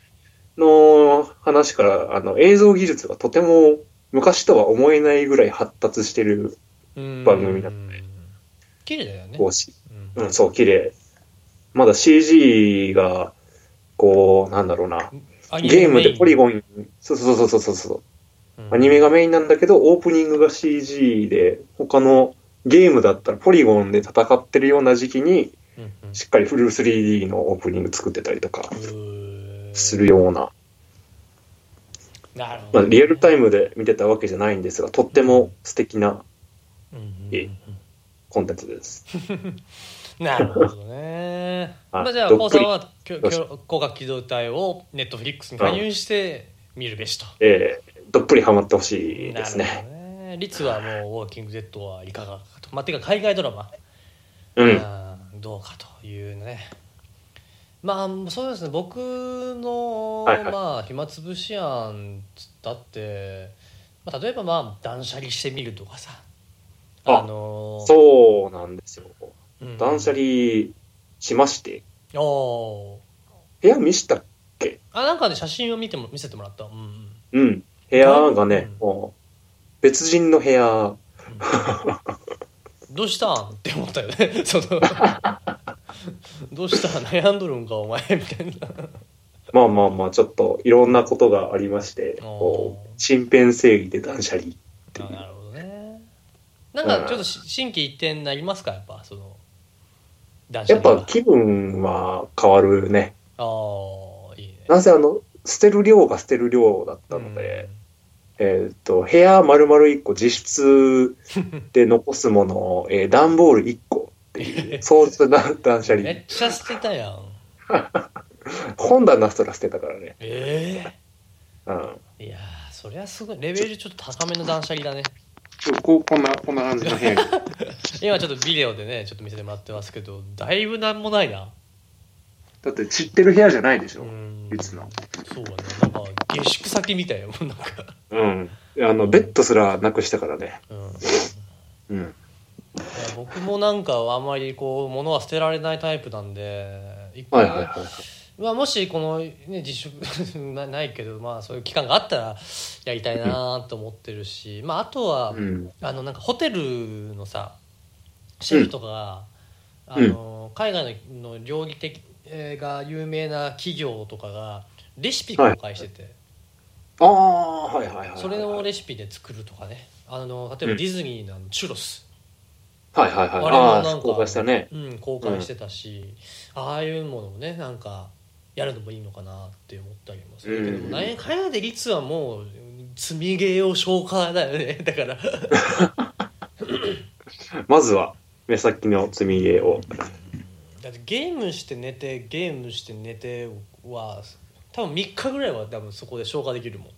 D: の話からあの映像技術がとても昔とは思えないぐらい発達してる
B: 番
D: 番組だった
B: 綺麗だよね
D: 講師。
B: うん
D: うん、そう、綺麗。まだ CG が、こう、なんだろうな。
B: アニメ
D: ゲームでポリ
B: ン。
D: ゴン、そうそうそうそうそうそう。
B: うん
D: アニメがメインなんだけど、オープニングが CG で、他のゲームだったらポリゴンで戦ってるような時期に、
B: うんうん
D: しっかりフル 3D のオープニング作ってたりとか
B: うー
D: するような、
B: なるほ
D: ま
B: ど
D: あ、
B: ね、
D: リアルタイムで見てたわけじゃないんですが、とっても素敵な
B: うんうんうん
D: えコンテンツです。
B: なるほど ね。
D: はい
B: まあじゃあ、
D: どっ
B: コ
D: ぷ
B: ウ
D: り
B: さんは、きょ
D: どう
B: き
D: ぞ
B: ょ高額機動隊をネットフリックスに加入して見るべしと。
D: ええどっぷりハマってほしい
B: な
D: で
B: る
D: す
B: ほど
D: ね。
B: ね。率はもう、ウォーキング Z はいかがかと。まあ、てか、海外ドラマ、
D: うん。
B: あーどうかというね。まあ、そうですね、僕の、
D: はいはい
B: まあ、暇つぶし案つったって、まあ、例えば、まあ、断捨離してみるとかさ。
D: あ
B: のー
D: そうなんですよ。
B: うん
D: 断捨離しまして、
B: おー
D: 部屋見したっけ
B: あなんかね写真を見ても見せてもらった、うんうん、
D: うん。部屋がね、
B: う
D: もう、別人の部屋、
B: どうしたんって思ったよね その どうしたん悩んどるんかお前みたいな
D: まあまあまあ、ちょっといろんなことがありまして、こ
B: おー
D: う、身辺整理で断捨離。
B: あなるほどねなんかちょっとし心機一転になりますかやっぱその断捨
D: やっ
B: 離は
D: ぱ気分は変わるね。
B: ああいいね
D: なんせあの、捨てる量が捨てる量だったので、えーっと、部屋丸々1個、実 質で残すものを、えー段ボール1個っていう、そうする断捨
B: うんめ
D: 離。
B: っちゃ捨てたやん
D: 本棚すら捨てたからね。
B: え
D: うん。
B: えいやーそりゃすごいレベルちょっと高めの断捨離だね
D: こう、こんな、こんな感じの 部屋に。
B: 今ちょっとビデオでねちょっと見せてもらってますけどだいぶなんもないな
D: だって散ってる部屋じゃないでしょ
B: うん
D: いつの。
B: そうだねなんか下宿先みたいよなんか
D: うん。あの、ベッドすらなくしたからね。
B: うんいや
D: うん。
B: 僕もなんかあんまりこう物は捨てられないタイプなんで一
D: はいはいはい。
B: まあ、もしこの、ね、自粛 なないけど、まあ、そういう期間があったらやりたいなと思ってるし、まあ、あとは、
D: うん。
B: あのなんかホテルのさシェフとかが、
D: うん
B: あの海外の料理的えーが有名な企業とかがレシピ公開してて。
D: ああ、はいはいはいはい。
B: それの
D: はい
B: レシピで作るとかねあの例えばディズニーのあのチュロス、
D: はいはい。
B: あれもな
D: あ
B: ん
D: あ
B: か
D: ー、公開したね。
B: うん、公開してたし、ああいうものもねなんかやるのもいいのかなって思ったりもするけど、
D: うん
B: なんやかんやで率はもう積みゲーを消化だよね だから
D: まずは、目先の積み家を。
B: だってゲームして寝てゲームして寝ては多分3日ぐらいは多分そこで消化できるもん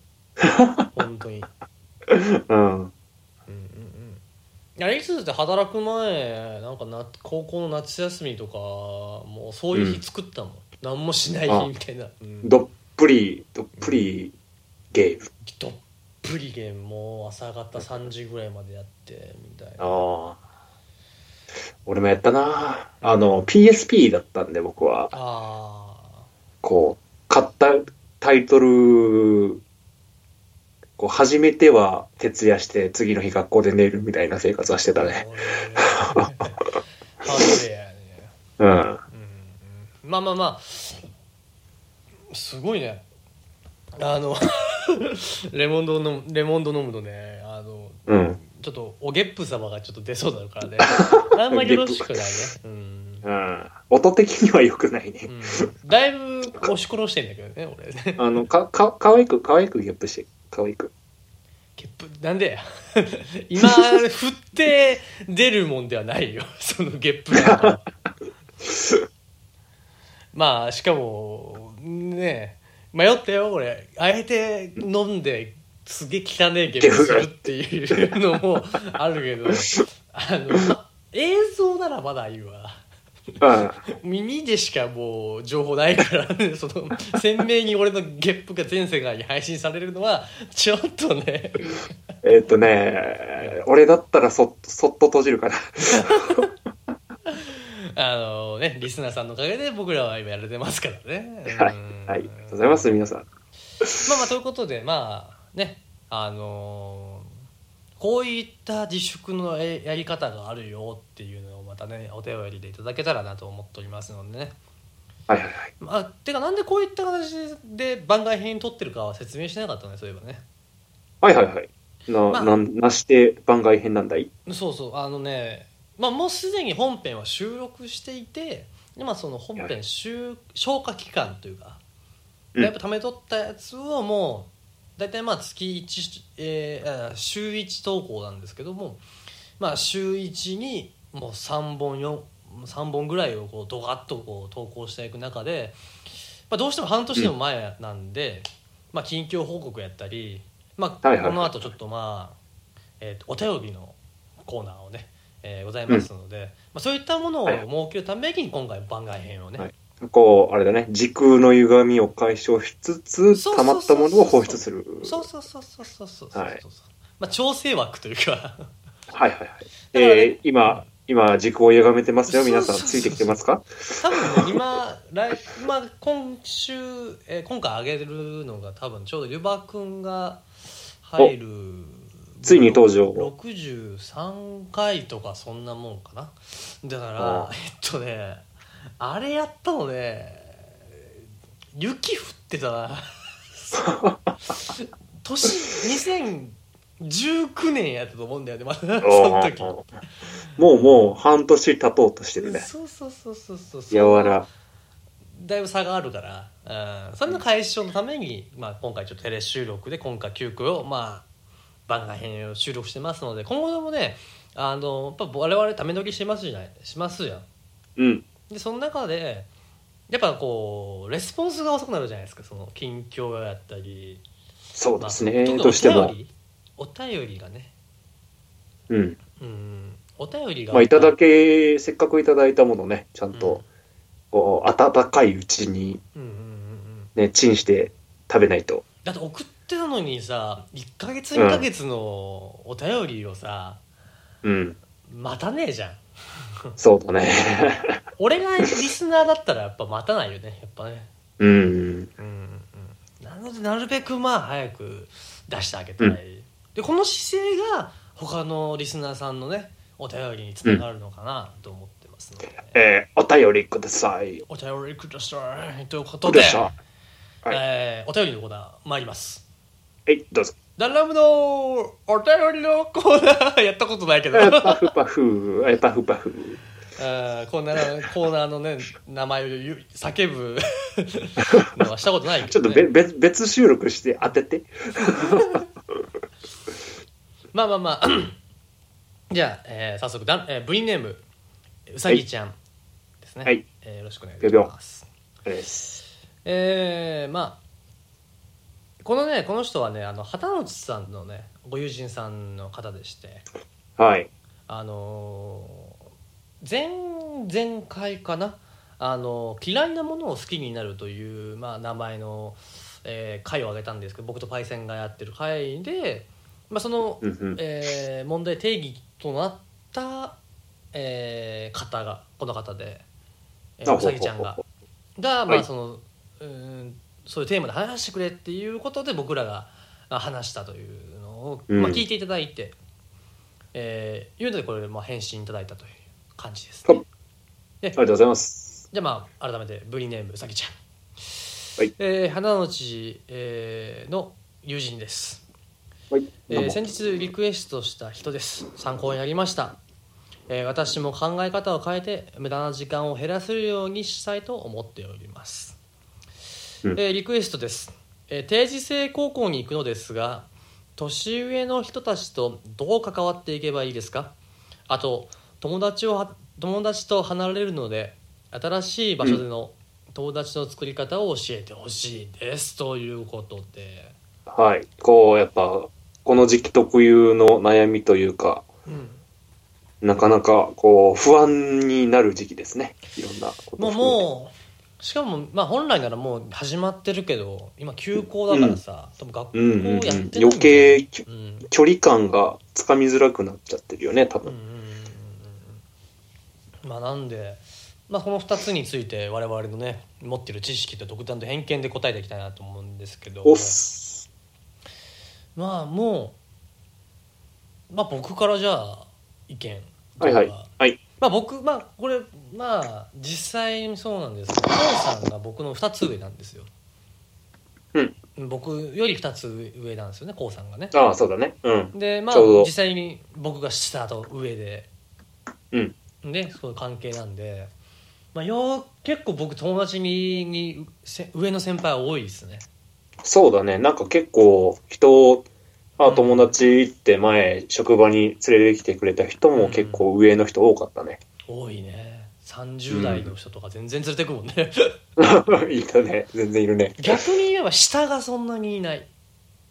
B: 本当に
D: うん。
B: うんうんうん、あれいつだって働く前なんかな高校の夏休みとかもうそういう日作ったもん、なん、何もしない
D: あ
B: 日みたいな、うんど
D: どっぷり、どっぷり、ゲーム。
B: っぷりゲームもう朝方3時ぐらいまでやってみたいな
D: ああ。俺もやったな。あの、PSP だったんで僕は、
B: あ
D: こう、買ったタイトル、こう、初めては徹夜して、次の日学校で寝るみたいな生活はしてた
B: ー
D: ね。
B: 俺ハードウェアやね、
D: うん。
B: うんうん、まあまあまあすごいねあの レモンドのレモンド飲むとねあの
D: うん。
B: ちょっとおげっぷ様がちょっと出そうだからねあんまりよろしくないねうん、
D: うん。音的には良くないね。
B: うん、だいぶ押し殺してんだけどね俺ね
D: あの、か、か、可愛く、可愛くゲップして、可愛く。
B: ゲップなんで今振って出るもんではないよ そのゲップなんかまあしかもねえ迷ったよ俺あえて飲んですげえ汚ねえゲップするっていうのもあるけどあの映像ならまだいいわ
D: うん。
B: 耳でしかもう情報ないから、ね、その鮮明に俺のゲップが全世界に配信されるのはちょっとね
D: えっとね、俺だったらそ、そっと閉じるから。
B: あのねリスナーさんのおかげで僕らは今やれてますからね
D: はい
B: うん。
D: はい。ありがとうございます、皆さん。
B: まあまあということでまあねあのーこういった自粛のえやり方があるよっていうのをまたねお便りでいただけたらなと思っておりますのでね
D: はいはいはい。
B: まあ、てかなんでこういった形で番外編に撮ってるかは説明しなかったねそういえばね
D: はいはいはい。な、
B: まあ
D: な、なして番外編なんだい
B: そうそうあのね、まあ、もうすでに本編は収録していて今その本
D: は
B: 編収消化期間というか、
D: うん
B: やっぱ貯めとったやつをもう大体まあ月1、えーあ週1投稿なんですけども、まあ、週1にもう3本4 3本ぐらいをこうドカッとこう投稿していく中で、まあ、どうしても半年でも前なんで、まあ、近況報告やったり、まあ
D: はいはいはい
B: この後ちょっとまあ、えーとお便りのコーナーをね、えーございますので、まあ、そういったものを
D: はい
B: 設けるために今回番外編をね、
D: はいこう、あれだね、時空の歪みを解消しつつ、
B: そうそうそうそう
D: 溜まったものを放出する。
B: そうそうそうそうそうそうそうそう、
D: はい
B: まあ、調整枠というか
D: はいはいはい。
B: だからね
D: えー、今、今、時空を歪めてますよ。
B: そうそう
D: 皆
B: そう
D: さん、ついてきてますか
B: 多分、ね、今来、まあ、今週、えー今回上げるのが多分ちょうど湯葉くんが入る
D: ついに登場
B: 63回とかそんなもんかなだか
D: あ
B: ら
D: あ
B: えっとねあれやったのね雪降ってたな 年2019年やったと思うんだよねまだその時
D: もうもう、半年経とうとしてるね。
B: そうそうそうそうそうそう
D: やわら。
B: だいぶ差があるから、うん、それの解消のために、まあ、今回ちょっとテレ収録で今回9区を、まあ、番外編を収録してますので今後ともねあのやっぱ我々ため取りしてますじゃないしますやん
D: うん。
B: でその中でやっぱこうレスポンスが遅くなるじゃないですかその近況やったり
D: そうですね。
B: まあ
D: どうして
B: お
D: も
B: 便。りお便りがね
D: うん。
B: うんお便りが
D: まあ、いただけ、せっかくいただいたものね、ちゃんと、こう、温かいうちに、
B: うんうんうんうん
D: ね、チンして食べないと。
B: だって送ってたのにさ1ヶ月2ヶ月のお便りをさ、
D: うん。
B: 待たねえじゃん
D: そうだね。
B: 俺がリスナーだったらやっぱ待たないよねやっぱね
D: うん。
B: うんうんなのでなるべくまあ早く出してあげたい、
D: うん
B: でこの姿勢が他のリスナーさんのねお便りにつながるのかなと思ってますので、
D: えー、お便りください。
B: お便りくださいというこ
D: ど
B: と
D: う
B: で
D: でしょうはい、
B: えーお便りのコーナー参ります
D: はい、どうぞ。
B: ダンラムのお便りのコーナーやったことないけど
D: えー パフパフ、 えーパフパフ。
B: あーコーナーのコーナーのね名前を言う叫 ぶのはしたことないけ
D: ちょっ
B: ど、
D: と
B: ね、
D: べ、別別収録して当てて。
B: まあまあまあ じゃあ、えー早速だ、えー、部員ネームうさぎちゃんですね、
D: はい
B: えーよろしくお願いします
D: です
B: えー、まあこのねこの人はねあの畑之内さんのねご友人さんの方でして
D: はい。
B: あのー前前回かな、あのー嫌いなものを好きになるという、まあ、名前の、えー回を挙げたんですけど僕とパイセンがやってる回で、まあ、その、
D: うんうん
B: えー問題定義となった、えー方がこの方で、えー
D: あ
B: うさぎちゃんが
D: ほうほうほ。
B: が、
D: は
B: まあ
D: い
B: そのうーんそういうテーマで話してくれっていうことで僕らがあ話したというのを、
D: うん
B: まあ、聞いていただいて、えーいうのでこれ、まあ、返信いただいたという感じです、
D: は
B: ね
D: い。ありがとうございます。
B: じゃあまあ改めてブリネームうさぎちゃん、
D: はい
B: えー花のち、えーの友人です、
D: はい。
B: え
D: どう
B: ー
D: も
B: 先日リクエストした人です参考になりました、えー私も考え方を変えて無駄な時間を減らせるようにしたいと思っております、
D: うん
B: えーリクエストです、えー定時制高校に行くのですが年上の人たちとどう関わっていけばいいですかあと友達をは友達と離れるので新しい場所での友達の作り方を教えてほしいです、ということで、
D: はい。こう、やっぱ、この時期特有の悩みというか、
B: うん、
D: なかなか、こう、不安になる時期ですね。いろんなこ
B: もう
D: とを含めて。
B: もうしかもまあ本来ならもう始まってるけど今休校だからさ、多
D: うん
B: 分学校
D: うんう
B: や
D: ん
B: ってないんだよ
D: 余計き
B: うんうん
D: 距離感がつかみづらくなっちゃってるよね、多
B: うんうん
D: 分。
B: うんまあなんで、まあ、この2つについて我々のね持ってる知識と独断と偏見で答えていきたいなと思うんですけど
D: おっす。
B: まあもうまあ僕からじゃあ意見
D: はいはい
B: どうか。
D: はい。
B: まあ僕まあこれまあ実際にそうなんですけどコウさんが僕の2つ上なんですよ
D: うん
B: 僕より2つ上なんですよねコウさんがね
D: ああ、そうだね。うん。
B: でまあ
D: ちょうど
B: 実際に僕が下と上で
D: うん。
B: ねそういう関係なんで、まあ、よう結構僕友達ににせ上の先輩は多いですね
D: そうだね。なんか結構人を、
B: う
D: あ、
B: ん
D: 友達って前、職場に連れてきてくれた人も結構上の人多かったね。
B: 多いね30代の人とか全然連れてくもんね、
D: いたね。全然いるね。
B: 逆に言えば下がそんなにいない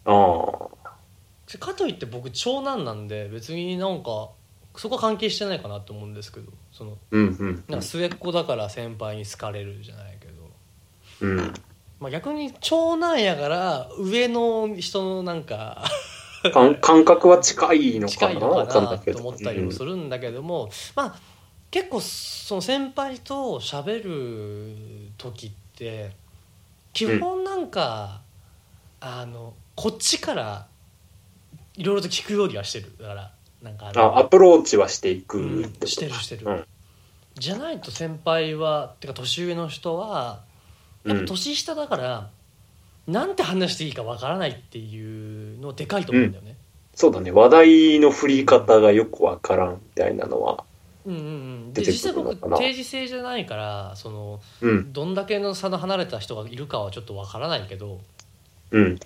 D: ああ。
B: かといって僕長男なんで別になんかそこは関係してないかなと思うんですけどその
D: うんうん
B: なんか末っ子だから先輩に好かれるじゃないけど、
D: うん。うん。
B: まあ、逆に長男やから上の人のなんか
D: 感感覚は近いのか
B: 近
D: ない
B: のか
D: わかんな
B: ない
D: け
B: と
D: ど。
B: 思ったりもするんだけども、まあ結構その先輩と喋る時って基本なんか、あのこっちからいろいろと聞くようにはしてるだからなんかあ
D: あ
B: の
D: アプローチはしていく
B: う
D: っ
B: ん
D: てこと
B: してるしてる、
D: うん
B: じゃないと先輩はてか年上の人はやっぱ年下だから、なんて話していいかわからないっていうのでかいと思うんだよね、
D: そうだね話題の振り方がよくわからんみたいなのは
B: うんうんうん、で
D: 出て
B: 実際
D: くるの
B: 僕
D: かな
B: 定時制じゃないからその
D: うん
B: どんだけの差の離れた人がいるかはちょっとわからないけど
D: うん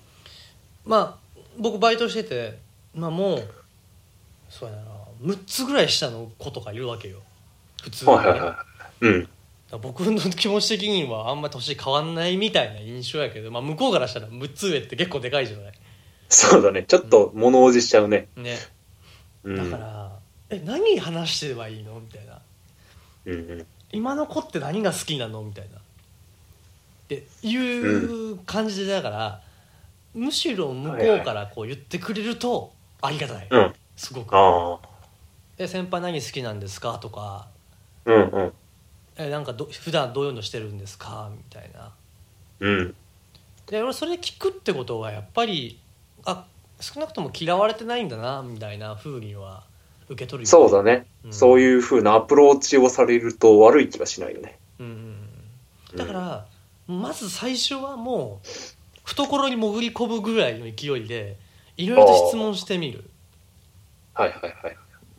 B: まあ僕バイトしてて、まあ、もうそうやな6つぐらい下の子とかいるわけよ普通にね、
D: はいはいはいうん
B: だから僕の気持ち的にはあんま年変わんないみたいな印象やけど、まあ、向こうからしたら6つ上って結構でかいじゃない
D: そうだねちょっと物おじしちゃうね
B: ね
D: うん
B: だから、え何話してればいいのみたいな
D: うんうん
B: 今の子って何が好きなのみたいなっていう感じでだから、むしろ向こうからこう言ってくれるとありがたい、
D: うん
B: すごく
D: ああ
B: 「え先輩何好きなんですか?」とか
D: うんうん
B: 「えなんかど普段どういうのしてるんですか?」みたいな
D: うん
B: で俺それ聞くってことはやっぱりあ少なくとも嫌われてないんだなみたいな風には受け取るよ
D: そうだね、
B: うん
D: そういうふうなアプローチをされると悪い気はしないよね
B: うんうんうん、だから、まず最初はもう懐に潜り込むぐらいの勢いでいろいろと質問してみる
D: はいはいはい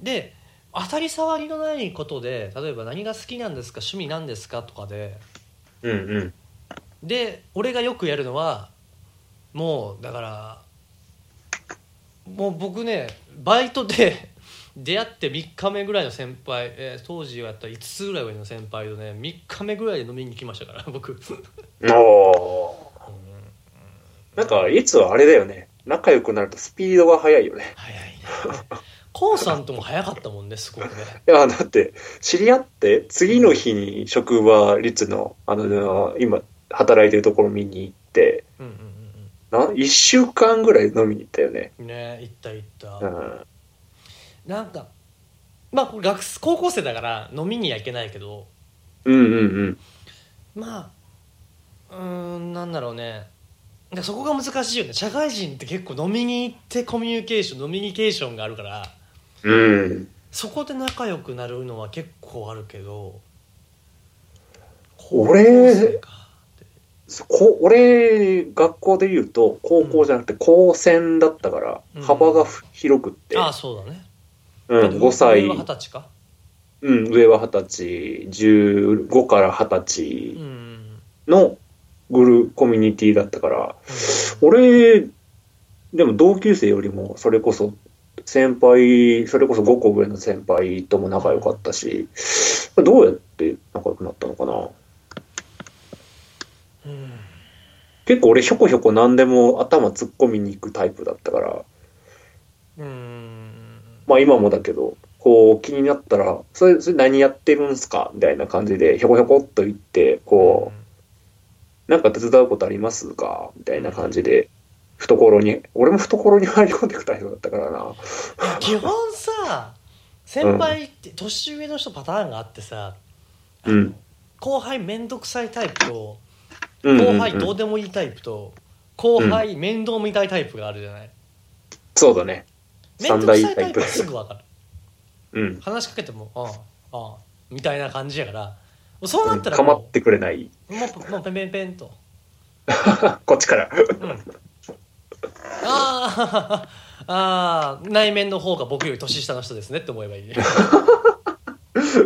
B: で当たり障りのないことで例えば何が好きなんですか趣味なんですかとかで
D: うんうん
B: で俺がよくやるのはもうだからもう僕ねバイトで 出会って3日目ぐらいの先輩、えー当時はやった5つぐらい上の先輩とね3日目ぐらいで飲みに来ましたから僕。
D: おーなんかいつはあれだよね仲良くなるとスピードが速いよね
B: 早いねコウさんとも早かったもんねすごくね
D: いや、だって、知り合って、次の日に職場、律の、あの、今、働いてるところ見に行って、
B: うんうん
D: な、一週間ぐらい飲みに行ったよね。
B: うんうんね行った行った、
D: うん。
B: なんかまあこれ学生高校生だから飲みには行けないけど
D: うんうんうん。
B: まあうーんなんだろうねだからそこが難しいよね社会人って結構飲みに行ってコミュニケーション飲みニケーションがあるから
D: うん。
B: そこで仲良くなるのは結構あるけど
D: 俺
B: 高校生か
D: そこ俺、学校で言うと、高校じゃなくて、高専だったから
B: うん、
D: 幅が広くって、
B: ああそうだね、
D: うん、
B: 上
D: 5
B: は
D: 歳
B: 二、十歳か
D: うん、上は二十歳、15から二
B: う
D: 十
B: ん
D: 歳
B: うんうん
D: のグルコミュニティだったから、俺、でも同級生よりも、それこそ、先輩、それこそ5個上の先輩とも仲良かったし、どうやって仲良くなったのかな。
B: うん
D: 結構俺、ひょこひょこ何でも頭突っ込みに行くタイプだったから、
B: うーん
D: まあ今もだけど、こう気になったら、それ、それ何やってるんすかみたいな感じで、ひょこひょこっと行って、こう、なんか手伝うことありますかみたいな感じで、懐に、俺も懐に入り込んでいくタイプだったからな。
B: 基本さ先輩って年上の人パターンがあってさ、
D: うん。
B: 後輩面倒くさいタイプと
D: うんうんう
B: 後
D: ん
B: 輩どうでもいいタイプと後輩面倒見たいタイプがあるじゃない、
D: そうだね。
B: 面
D: 三
B: 倒く
D: 大
B: さいタ
D: タ
B: イ
D: イ
B: プ
D: プ
B: は。すぐ分かる
D: うん。
B: 話しかけても「あああみたいな感じやからもうそうなったら
D: 構
B: も
D: ってくれない。
B: うもうもうペンペンペンと
D: こっちから。
B: あーあー内面の方が僕より年下の人ですねって思えばいいね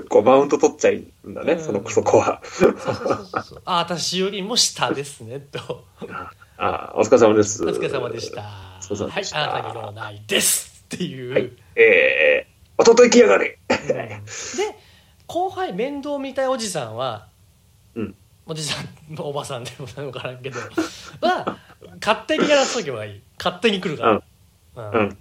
D: こう、マウント取っちゃうんだ
B: う
D: ね、
B: ん
D: その、そこは。
B: そうそうそうそうあー私よりも下ですねと
D: ああ、お疲れ様です。
B: お疲れ様でした
D: お疲れ様でした
B: はいあなたに色はないですっていう、
D: はい。えー、弟行きやがれ
B: で後輩面倒見たいおじさんは、
D: うん
B: おじさんおばさんでもなのからんけどは勝手にやらせとけばいい勝手に来るから、
D: う
B: うん
D: ん。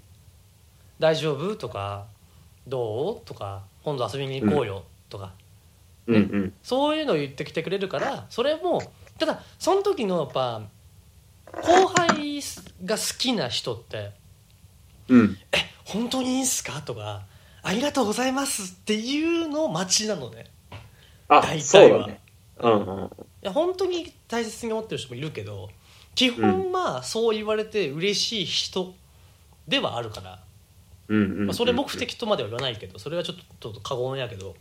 B: 大丈夫?」とか「どう?」とか「今度遊びに行こうよ」とか、
D: うんうん。
B: そういうのを言ってきてくれるからそれもただその時のやっぱ後輩が好きな人って
D: うん。
B: 「え本当にいいんすか?」とか「ありがとうございます」っていうのを待ちなのね。
D: あ
B: 大、
D: そう
B: 体は
D: だね。うんうん。
B: いや本当に大切に思ってる人もいるけど基本まあそう言われて嬉しい人ではあるから、
D: うんうんうん
B: まあ、それ目的とまでは言わないけどそれはちょっとちょっと過言やけど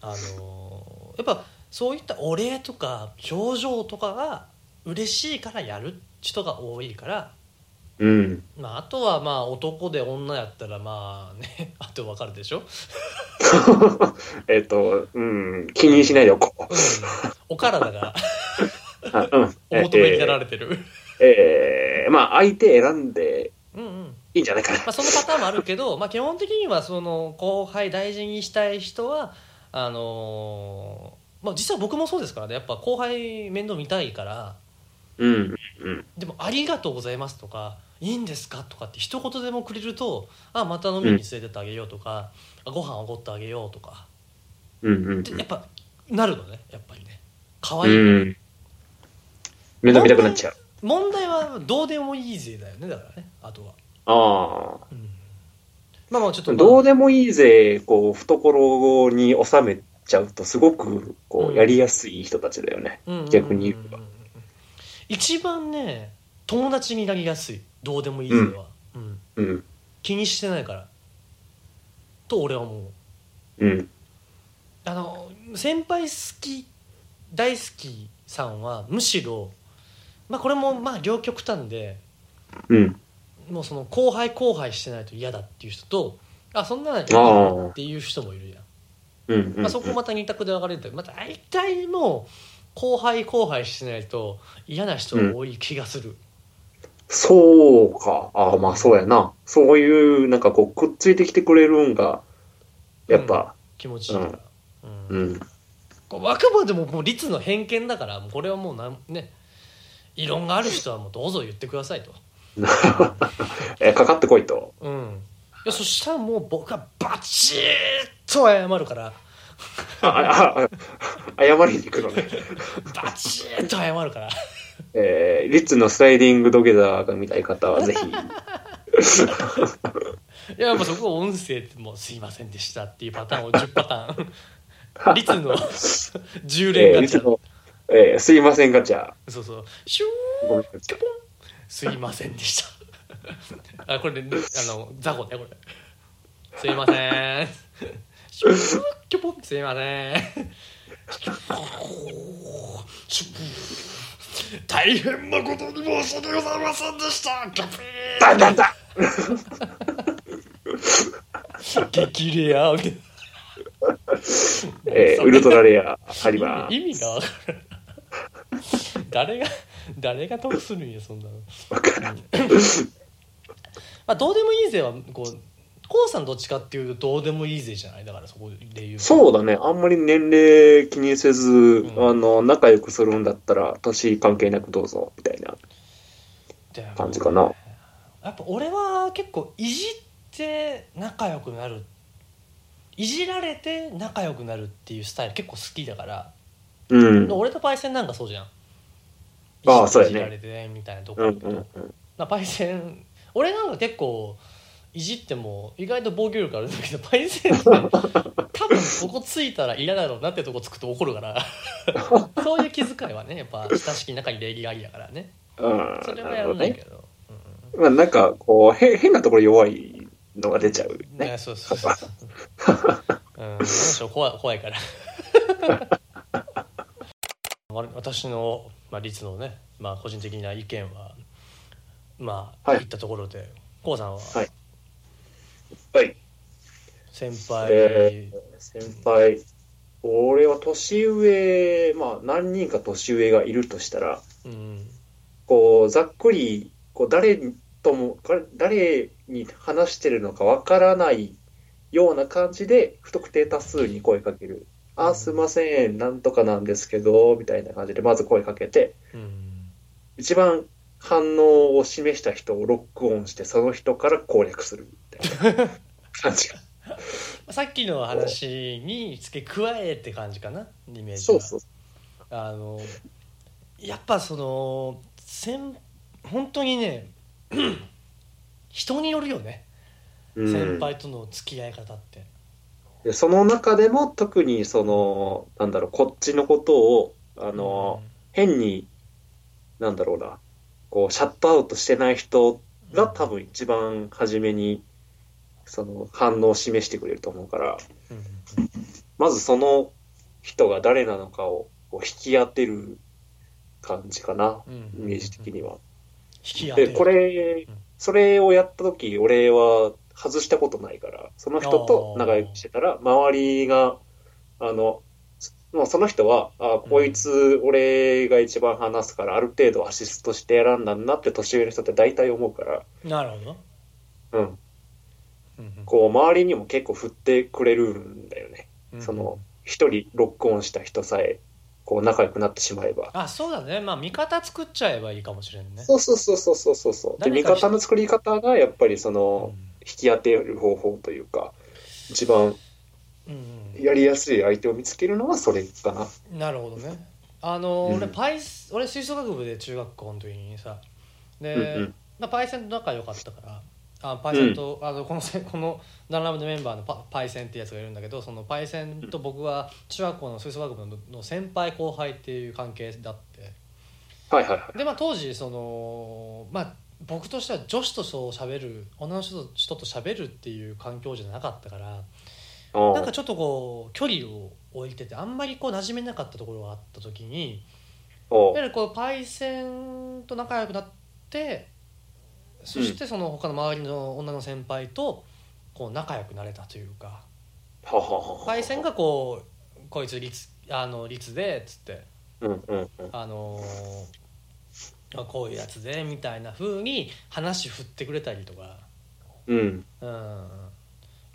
B: あのーやっぱそういったお礼とか表情とかが嬉しいからやる人が多いから、
D: うん。
B: まあ、あとはまあ男で女やったらまあね あとわかるでしょ、
D: えっ、と、うん、気にしないでおこう。
B: うん、お体 が
D: あうん。
B: お求めになられてる
D: えーえーまあ、相手選んで
B: うんうん
D: いいんじゃないかな。
B: まあ、そのパターンもあるけど、まあ、基本的にはその後輩大事にしたい人はあのーまあ、実は僕もそうですからねやっぱ後輩面倒見たいから
D: うん。うん。
B: でも「ありがとうございます」とか「いいんですか?」とかって一言でもくれると「あまた飲みに連れてってあげよう」とか「あご飯おごってあげよう」とか
D: うん。うん
B: でやっぱなるのねやっぱりね可
D: う
B: 愛い、
D: ん。目の見たくなっちゃう。
B: 問題はどうでもいいぜだよねだからねあとは、
D: ああ。
B: うんまあまあちょっとまあ
D: どうでもいいぜ、こう、懐に収めちゃうと、すごく、こ
B: うん
D: う、やりやすい人たちだよね。逆に言えば
B: んんんん一番ね友達になりやすいどうでもいいぜは、うん
D: うん。
B: 気にしてないからと俺は思う
D: うん。
B: あの先輩好き大好きさんはむしろまあこれもまあ両極端で
D: うん。
B: もうその後輩後輩してないと嫌だっていう人とあそんなのいい
D: あ
B: よ
D: あ
B: っ。ていう人もいるやん
D: うんうん。
B: まあ、そこまた二択で分かれてまた大体もう後輩後輩してないと嫌な人が多い気がする、
D: そうか。ああ、まあそうやな。そういう、なんかこう、くっついてきてくれるんが、やっぱ、
B: 気持ちいいから、うん
D: うん。
B: これあくまでももう率の偏見だからもうこれはもうなんね異論がある人はもうどうぞ言ってくだ さいと、
D: え、かかってこいと。
B: うん、いやそしたらもう僕はバチッと謝るから
D: あ、あ、あ、謝りに行くのね。
B: バチッと謝るから
D: えー、リッツのスライディング土下座が見たい方はぜひ。
B: いややっぱそこは音声ってもうすいませんでしたっていうパターンを10パターン率の 10連
D: えー、
B: ガ
D: リッ
B: チャ
D: ツの、えー、すいませんガチャ。
B: そうそうシュー
D: ごめんなさい
B: すいませんでしたあこれねあの雑魚ねこれすいませんシュッキョポンすいませんシュッ大変なことに申し訳ございませんでしたキャピ
D: だだだ
B: ー激レア
D: えー、ウルトラレアあり ま
B: 意味意味が分からん誰が誰が得するんやそんなのまあどうでもいいぜはこうコウさんどっちかっていうとどうでもいいぜじゃないだからそこで言う
D: す。そうだね。あんまり年齢気にせず、
B: ん
D: あの、仲良くするんだったら、年関係なくどうぞ、みたいな
B: でも
D: 感じかな。
B: やっぱ俺は結構いじって仲良くなるいじられて仲良くなるっていうスタイル結構好きだから、
D: うん。
B: 俺とパイセンなんかそうじゃん
D: あ
B: いじっ
D: あ
B: て
D: そうや
B: い
D: ね
B: じられてねみたいなとこ
D: うん
B: ろ、
D: うんうん。
B: なパイセン俺なんか結構いじっても意外と防御力あるんだけどパイセンって多分ここついたら嫌だろうなってとこつくと怒るから そういう気遣いはねやっぱ親しき中に礼儀ありだからね
D: うん
B: それは
D: な
B: やら
D: るほど
B: ない
D: ね
B: け。ど
D: まあなんか、こう、へ変なところ弱いのが出ちゃう
B: ね
D: ね。
B: そうそうそううん、あの人怖い怖いから わ私の、まあ、律のね、まあ、個人的な意見はまあ、
D: はい
B: 言ったところでこうさんは
D: はいはい。
B: 先輩、
D: え先輩、俺は年上、まあ何人か年上がいるとしたら、
B: うん
D: こう、ざっくり、こう、誰とも、か誰に話してるのかわからないような感じで、不特定多数に声かける。あ、すいません、なんとかなんですけど、みたいな感じで、まず声かけて、
B: うん、
D: 一番反応を示した人をロックオンして、その人から攻略する、みたいな感じが。
B: さっきの話に付け加えって感じかなイメージは
D: そうそう。
B: あのやっぱその先本当にね 人によるよね
D: うん
B: 先輩との付き合い方って、
D: でその中でも特にその、なんだろう、こっちのことを、あの、変に、なんだろうな、こう、シャットアウトしてない人が多分一番初めに、その反応を示してくれると思うから、
B: うん、
D: まずその人が誰なのかをこう引き当てる感じかな、
B: うん
D: イメージ的には。
B: 引き当て
D: で、
B: る
D: これ
B: うん、
D: それをやった時、俺は外したことないから、その人と仲良くしてたら、周りが、あの、そもうその人は、あこいつ、俺が一番話すから、ある程度アシストして選んだんだって年上の人って大体思うから、
B: なるほど、
D: うん。
B: うんうん
D: こう、周りにも結構振ってくれるんだよね。
B: うんうん
D: その、一人ロックオンした人さえ、こう、仲良くなってしまえば。
B: あそうだねまあ味方作っちゃえばいいかもしれんね
D: そうそうそうそうそうそうそう。
B: 誰
D: で、味
B: か一人
D: 方の作り方が、やっぱりその、
B: う
D: 引き当てる方法というか、一番
B: んうん
D: やりやすい相手を見つけるのはそれかな。
B: うん、なるほどねあの、
D: うん
B: 俺パイス俺吹奏楽部で中学校の時にさで、
D: うんうん
B: まあ、パイセンと仲良かったからあパイセンと、あのこのせ このダンラムのメンバーのパパイセンってやつがいるんだけどそのパイセンと僕は中学校の吹奏楽部のの先輩後輩っていう関係だって
D: はいはいはい。
B: でまあ当時そのまあ僕としては女子とそう喋る女の人と人と喋るっていう環境じゃなかったから
D: あ
B: なんかちょっとこう距離を置いててあんまりこう馴染めなかったところがあった時に
D: お
B: いわゆるこうパイセンと仲良くなってそしてその他の周りの女の先輩とこう仲良くなれたというか
D: はははは
B: パイセンがこうこいつ律あの律でっつって
D: うんうんうん。
B: あのーあこういうやつでみたいな風に話振ってくれたりとか、
D: うん。
B: うん、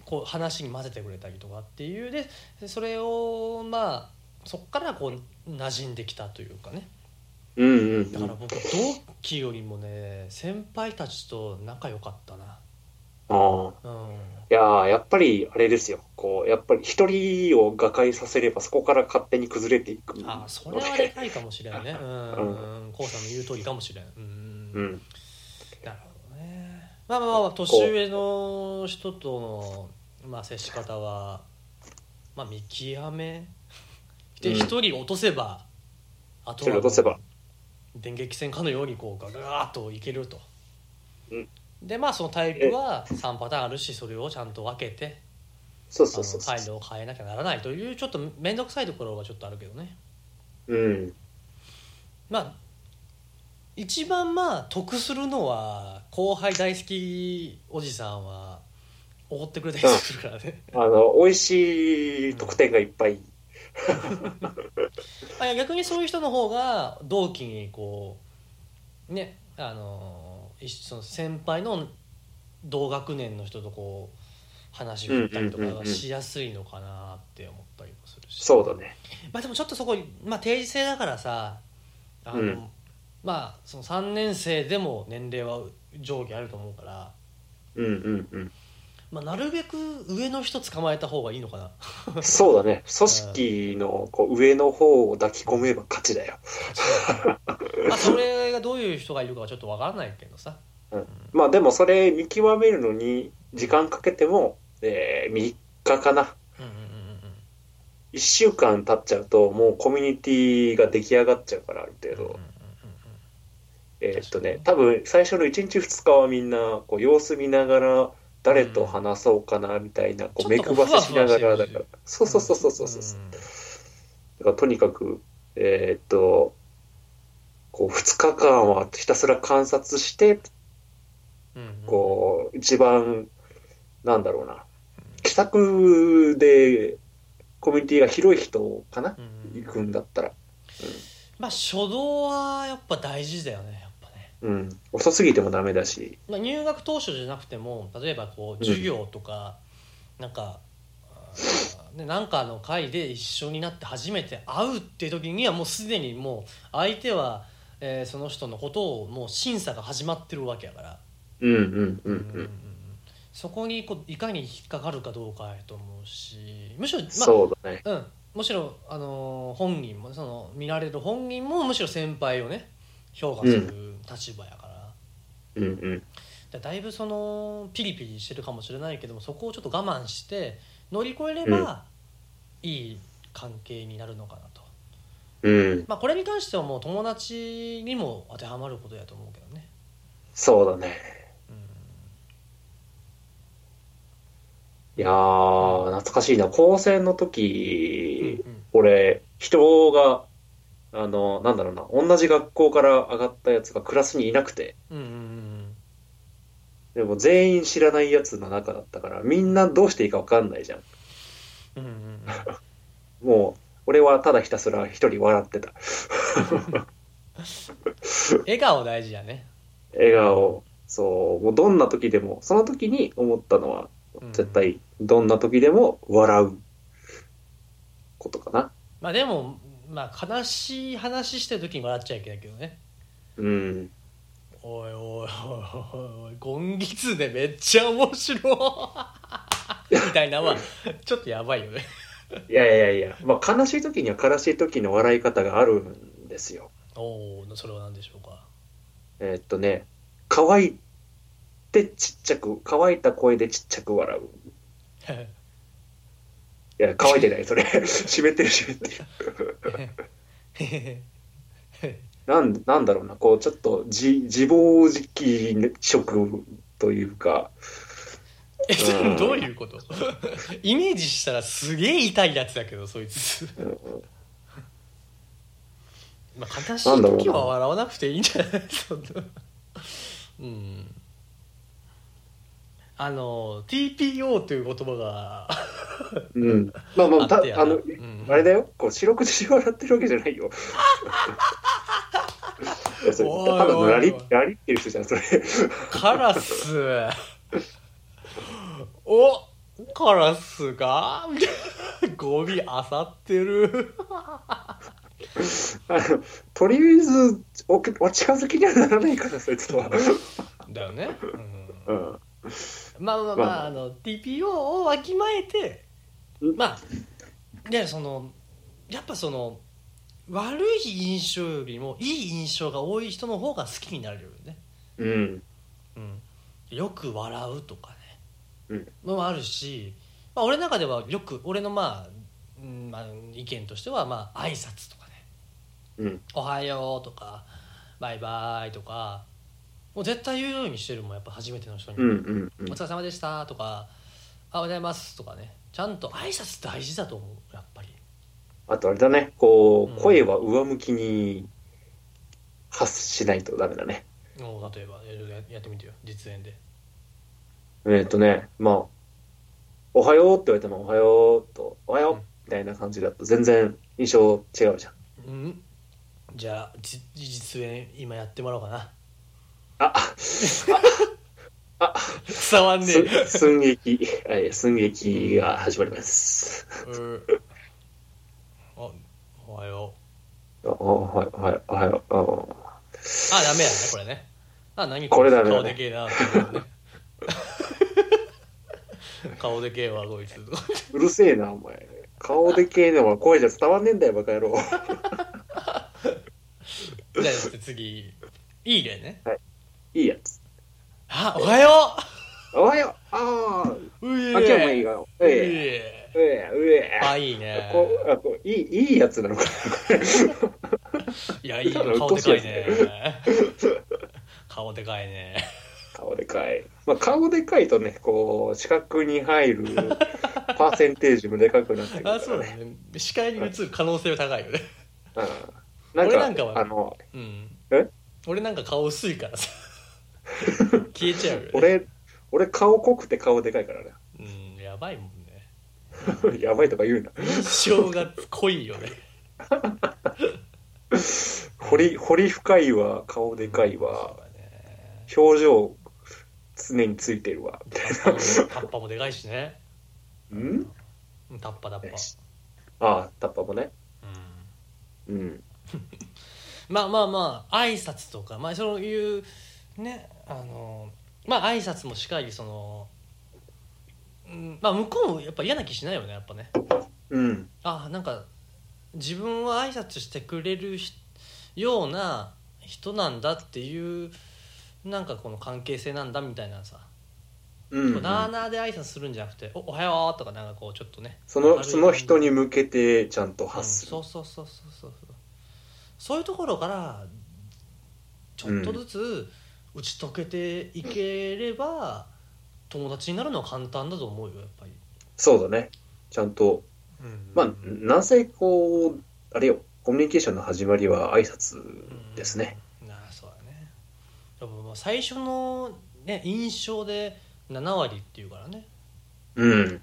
B: こう話に混ぜてくれたりとかっていうでそれをまあそっからこう馴染んできたというかね
D: うんうん
B: だ
D: う
B: か
D: ん。
B: ら
D: あ
B: 僕同期よりもね先輩たちと仲良かったな、
D: あ。
B: うん、
D: いやーやっぱりあれですよ。こう、やっぱり一人を瓦解させればそこから勝手に崩れていく。
B: あそれはでかいかもしれん ねうん
D: う
B: うんこうさんの言う通りかもしれんうん
D: うん。
B: なるほどねまあまあまあ年上の人との、まあ、接し方は、まあ、見極めで
D: うん
B: 一、人落とせばあと
D: それ落とせば。
B: 電撃戦かのようにこうガガーッといけると、
D: うん
B: でまあそのタイプは3パターンあるしそれをちゃんと分けて
D: そう
B: あ
D: そうそ
B: の
D: うそう
B: 態度を変えなきゃならないというちょっと面倒くさいところはちょっとあるけどね
D: うん。
B: まあ一番まあ得するのは後輩大好きおじさんはおごってくれたりするからね、
D: あの、美味しい特典がいっぱい。
B: あいや逆にそういう人の方が同期にこうねあの一緒その先輩の同学年の人とこう話振ったりとか
D: うんうんうんう
B: が
D: ん
B: しやすいのかなって思ったりもするし、
D: そうだね。
B: まあでもちょっとそこ、まあ、定時制だからさあの、
D: うん
B: まあその3年生でも年齢は上下あると思うから、
D: うんうん
B: まあ、なるべく上の人捕まえた方がいいのか な
D: うん。そうだね。組織のこう上の方を抱き込めば勝ちだよ。
B: まあそれがどういう人がいるかはちょっとわからないけどさ
D: まあでもそれ見極めるのに時間かけても、えー3日かな。
B: うんうんうん
D: 1週間経っちゃうともうコミュニティが出来上がっちゃうからある程
B: うんうんうんうん
D: 度。
B: ん
D: えーっとね、多分最初の1日2日はみんなこう様子見ながら誰と話そうかなみたいな、こう
B: ち
D: 目
B: ょっと
D: 配
B: こう
D: せしながら
B: ふわふわして
D: だ
B: る
D: からそうそうそうそうそうそう、だからとにかくえーっとこう2日間はひたすら観察して
B: うんうん
D: こう一番なんだろうな帰宅でコミュニティが広い人かな、
B: うんうん
D: 行くんだったら
B: まあ初動はやっぱ大事だよねやっぱね、
D: うん遅すぎてもダメだし
B: まあ、入学当初じゃなくても例えばこう
D: うん
B: 授業とか、なんかあーねなんかの会で一緒になって初めて会うっていう時にはもうすでにもう相手は、えーその人のことをもう審査が始まってるわけやから、
D: うんうんうん
B: うん
D: う
B: うんうん
D: ん
B: そこにこういかに引っかかるかどうかやと思うしむしろ、まあ、
D: そうだね
B: うん、むしろ、あのー本人もその見られる本人もむしろ先輩をね評価する立場やから,、
D: うんうん
B: だだいぶそのピリピリしてるかもしれないけどもそこをちょっと我慢して乗り越えれば、いい関係になるのかなと、
D: うん
B: まあ、これに関してはもう友達にも当てはまることやと思うけどね、
D: そうだね
B: うん、
D: いやー懐かしいな高専の時、
B: うん
D: 俺人があのなんだろうな同じ学校から上がったやつがクラスにいなくて
B: うんうんうん
D: でも全員知らないやつの中だったからみんなどうしていいか分かんないじゃん
B: うんうんうん
D: もう俺はただひたすら一人笑ってた
B: 笑顔大事やね、
D: 笑顔そうもうどんな時でもその時に思ったのは
B: うん
D: 絶対どんな時でも笑うことかな
B: まあでも、まあ、悲しい話してる時に笑っちゃいけないけどね
D: うん
B: おいおいおいおいおいゴンギツネめっちゃ面白い みたいなのはちょっとやばいよね
D: いやいやいや、まあ、悲しい時には悲しい時の笑い方があるんですよ
B: おおそれは何でしょうか
D: えーっとね、乾いてちっちゃく、乾いた声でちっちゃく笑う。いや、乾いてない、それ。 湿ってる、湿ってる。なん、なんだろうな、こう、ちょっと、じ、自暴自棄色というか、
B: えそれどういうことイメージしたらすげえ痛いやつだけどそいつ
D: うん
B: まあ悲し
D: なん
B: い
D: だろうな
B: 時は笑わなくていいんじゃないそんなうんあの TPO という言葉が
D: うん。まあまあ、
B: あったてや、な
D: あの、
B: ん
D: あれだよ、こう、白くじ笑ってるわけじゃ ないよ。いやそれ
B: おい
D: ただのラリ
B: おいおい、
D: ラリってる人じゃん、それ。
B: カラスおカラスがゴミあさってる
D: あの、とりあえず、お、お近づきにはならないから、そいつとは。
B: だよね、うん
D: うん。
B: まあまあま
D: ま
B: あ
D: あ
B: あの TPO をわきまえて
D: うん
B: まあでそのやっぱその悪い印象よりもいい印象が多い人の方が好きになれるよね、
D: うん。
B: うん、よく笑うとか
D: う
B: ね
D: ん、
B: もあるし、まあ、俺の中ではよく俺のまあ、うんまあ、意見としてはまあ挨拶とかね
D: うん
B: 「おはよう」とか「バイバイ」とかもう絶対言うようにしてるもんやっぱ初めての人に「
D: うんうんうん
B: お疲れ様でした」とか「あおはようございます」とかねちゃんと挨拶大事だと思うやっぱり
D: あとあれだね、こ
B: うん
D: う、声は上向きに発しないとダメだね。
B: もう例えばややってみてよ実演で
D: えっ、とね、まあ、おはようって言われても、おはようと、おはようみたいな感じだと全然印象違うじゃん。
B: うんじゃあじ実演今やってもらおうかな
D: あ、
B: 伝わんね
D: す
B: え、
D: 寸劇、はい、寸劇が始まります。
B: うんあおはよう
D: おおはい、おはい、おはよう。お
B: あダメやねこれねあ何
D: これダメ
B: 顔
D: だね
B: でけえなって思う ね顔でけえわこいつ
D: うるせえな、お前。顔でけえのは声じゃ伝わんねえんだよ、バカ野郎。
B: じゃあ次いい例ね
D: いいやつ。
B: あおはよ
D: おはようああ、
B: ううえ
D: あ、今日もいいよ。うえ、
B: え
D: うえ、うえ。
B: あいいね
D: こうあこういいいいやつなのかな
B: いやいいよ
D: ただうっ
B: 顔
D: と
B: で
D: しい
B: か
D: や
B: い
D: つ
B: ね顔でかいね
D: 顔でかい、まあ、顔でかいとね、こう、視覚に入るパーセンテージもでかくなってくるか ら
B: あそうだ
D: ね。
B: ね視界に映る可能性は高いよね
D: うん
B: 俺な
D: なんん
B: かは
D: か、あの、
B: うん
D: え
B: 俺なんか顔薄い からさ消えちゃうよ、ね、
D: 俺、俺顔濃くて顔でかいからね。
B: うんやばいもんね
D: やばいとか言うな。
B: 印象が濃いよね
D: 堀、堀深いわ、顔でかいわ
B: そう、だね
D: 表情常についてるわ。
B: タッパもタッパもでかいしね
D: ん
B: うんタッパタッパ、
D: ああ、タッパもね。
B: うん
D: うん。
B: まあまあまあ挨拶とかまあそういうねあのまあ挨拶もしかりその、うん、まあ向こうもやっぱ嫌な気しないよねやっぱね
D: うん。
B: あなんか自分は挨拶してくれるひような人なんだっていうなんかこの関係性なんだみたいなさ、
D: うん、
B: なあなあで挨拶するんじゃなくて「おおはよう」とかなんかこうちょっとね
D: そ
B: 明る
D: の、
B: い
D: その人に向けてちゃんと
B: うん
D: 発する。
B: そうそうそうそうそうそうそういうところからちょっとずつ打ち解けていければ、友達になるのは簡単だと思うよやっぱり、
D: そうだね。ちゃんと。まあ、なんせこう、あれよ、コミュニケーションの始まりは挨拶ですね。
B: なあそうだねやっぱまあ最初の、ね、印象で7割っていうからね、
D: うん。
B: うん、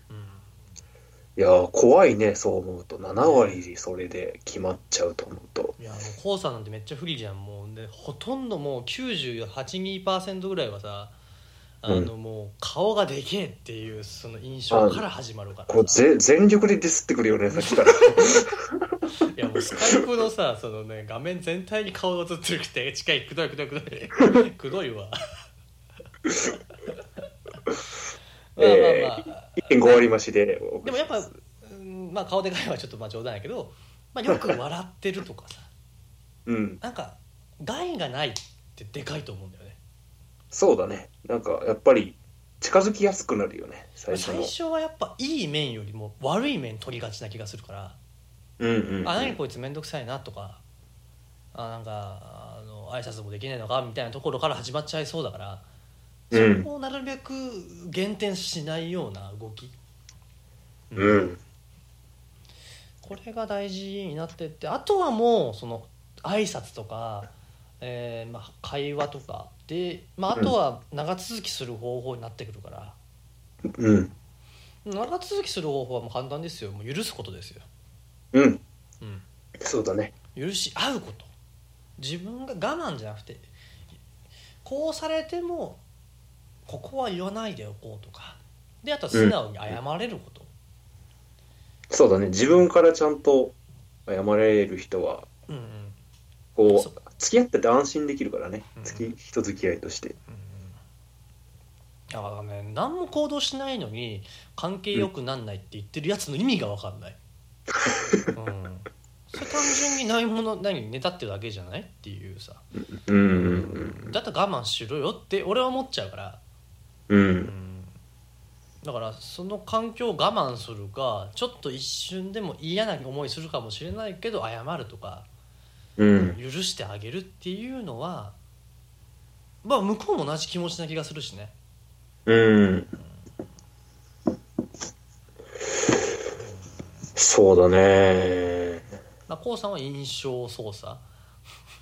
D: いやー、怖いね、そう思うと。7割それで決まっちゃうと思うと。
B: いやもう k o さんなんてめっちゃ不利じゃんもうでほとんどもう982%ぐらいはさあの、もう顔がでけえっていうその印象から始まるから
D: こう
B: さ
D: ぜ全力でディスってくるよね、さっきから。
B: いやもうスカイプのさそのね画面全体に顔が映ってるくて近いくどいくどいくどい くどい わまあ
D: え
B: まあまあ、
D: 1.5割増しで。
B: でもやっぱ、うんまあ、顔でかいはちょっとまあ冗談やけど、まあ、よく笑ってるとかさ
D: うん。
B: なんか害がないってでかいと思うんだよね
D: そうだね。なんか、やっぱり、近づきやすくなるよね、最初
B: 最
D: の。
B: 初はやっぱいい面よりも悪い面取りがちな気がするから、
D: うんうん、うん。
B: あ何こいつ面倒くさいなとかあなんかあの挨拶もできないのかみたいなところから始まっちゃいそうだから、
D: うん
B: そこをなるべく減点しないような動き、
D: うん。
B: これが大事になってってあとはもうその挨拶とか、えーまあ、会話とかで、まあ、あとは長続きする方法になってくるから、
D: うん。
B: 長続きする方法はもう簡単ですよもう許すことですよ、
D: うん。
B: うん、
D: そうだね。
B: 許し合うこと自分が我慢じゃなくてこうされてもここは言わないでおこうとかであとは素直に謝れること、
D: そうだね。自分からちゃんと謝れる人は、
B: うんうん、
D: こ
B: そう
D: う、付き合ってて安心できるからね
B: うん。
D: 付き人付き合いとして。
B: だからね何も行動しないのに関係良くなんないって言ってるやつの意味が分かんない、うん、それ単純にないもの何ネタってるだけじゃないっていうさ
D: うんうん
B: だったら我慢しろよって俺は思っちゃうから、
D: うん。う。
B: うんん、だからその環境を我慢するかちょっと一瞬でも嫌な思いするかもしれないけど謝るとか
D: うん。
B: 許してあげるっていうのはまあ向こうも同じ気持ちな気がするしね
D: うん。そうだね。
B: まあ、こうさんは印象操作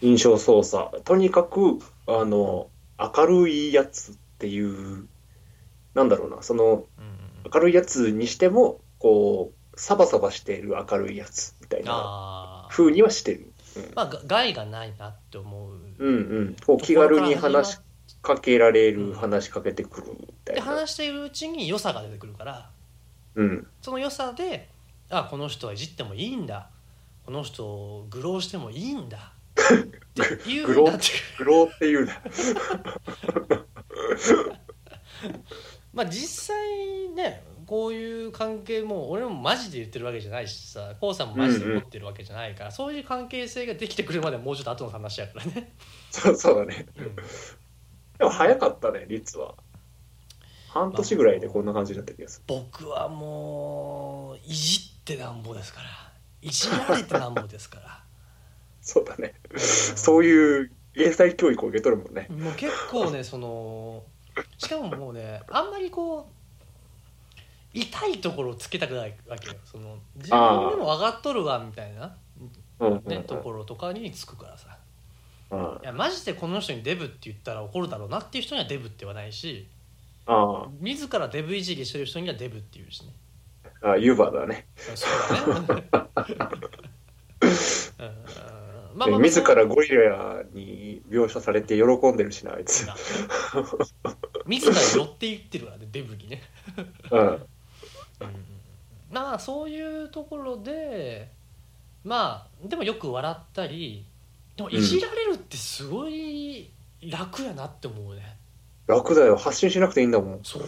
D: 印象操作。とにかく、あの、明るいやつっていう、なんだろうな、その、明るいやつにしても、こう、サバサバしている明るいやつみたいな
B: ああ
D: 風にはしてる。
B: まあが害がないなって思う、
D: うんうん。こう、気軽に話しかけられる、話しかけてくるみたい
B: で
D: な。
B: 話しているうちに良さが出てくるから
D: うん。
B: その良さであこの人はいじってもいいんだこの人を愚弄してもいいんだっていうふうになってくる
D: グローっていうな。
B: まあ実際ねこういう関係も俺もマジで言ってるわけじゃないしさこうさんもマジで思ってるわけじゃないから、そういう関係性ができてくるまではもうちょっと後の話やからね、
D: そうそうだね。
B: うん
D: でも早かったね、率は。半年ぐらいでこんな感じになった気がす
B: 僕はもういじってなんぼですからいじられてなんぼですから
D: る。そうだね。そういう英才教育を受け取るもんね。
B: もう結構ねそのしかももうねあんまりこう痛いところをつけたくないわけよその自分でも分かっとるわみたいな、
D: うんうん
B: ね、ところとかにつくからさ
D: うんあ
B: いやマジでこの人にデブって言ったら怒るだろうなっていう人にはデブって言わないし
D: あ
B: 自らデブいじりしてる人にはデブって言うしね
D: あ湯葉だね
B: そうだねうんまあまあ
D: 自らゴリラに描写されて喜んでるしなあいつ
B: 自ら寄っていってるからねデブにね
D: うん
B: まあそういうところでまあでもよく笑ったりでもいじられるってすごい楽やなって思うね、
D: 楽だよ発信しなくていいんだもん
B: そう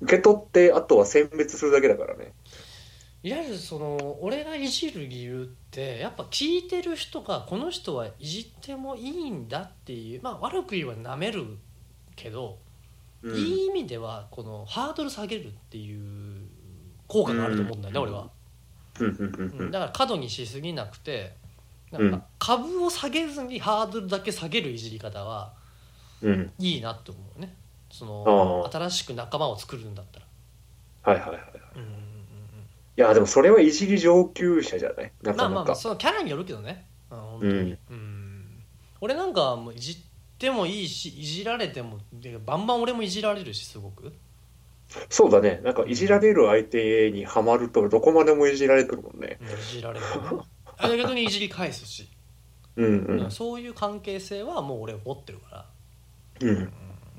D: 受け取ってあとは選別するだけだからね
B: いわゆるその俺がいじる理由ってやっぱ聞いてる人がこの人はいじってもいいんだっていうまあ悪く言えばなめるけど、
D: うん
B: いい意味ではこのハードル下げるっていう効果があると思うんだよね、
D: うん
B: 俺は、
D: うんうんうん
B: う
D: うんん
B: だから過度にしすぎなくてなんか株を下げずにハードルだけ下げるいじり方は
D: うん
B: いいなと思うねそ
D: あ
B: の
D: あ
B: 新しく仲間を作るんだったら、
D: はいはいはい
B: うんうんうん
D: いやでもそれはいじり上級者じゃないな
B: うん、まあ
D: か
B: ま
D: な
B: あま
D: か
B: あそのキャラによるけどね、うん、本当に、
D: うん
B: うん俺なんかもういじってもいいしいじられてもでバンバン俺もいじられるしすごく
D: そうだねなんかいじられる相手にはまるとどこまでもいじられてるもんね
B: うんいじられる あで逆にいじり返すし、
D: うんう
B: うん
D: ん
B: そういう関係性はもう俺持ってるから
D: うん
B: だか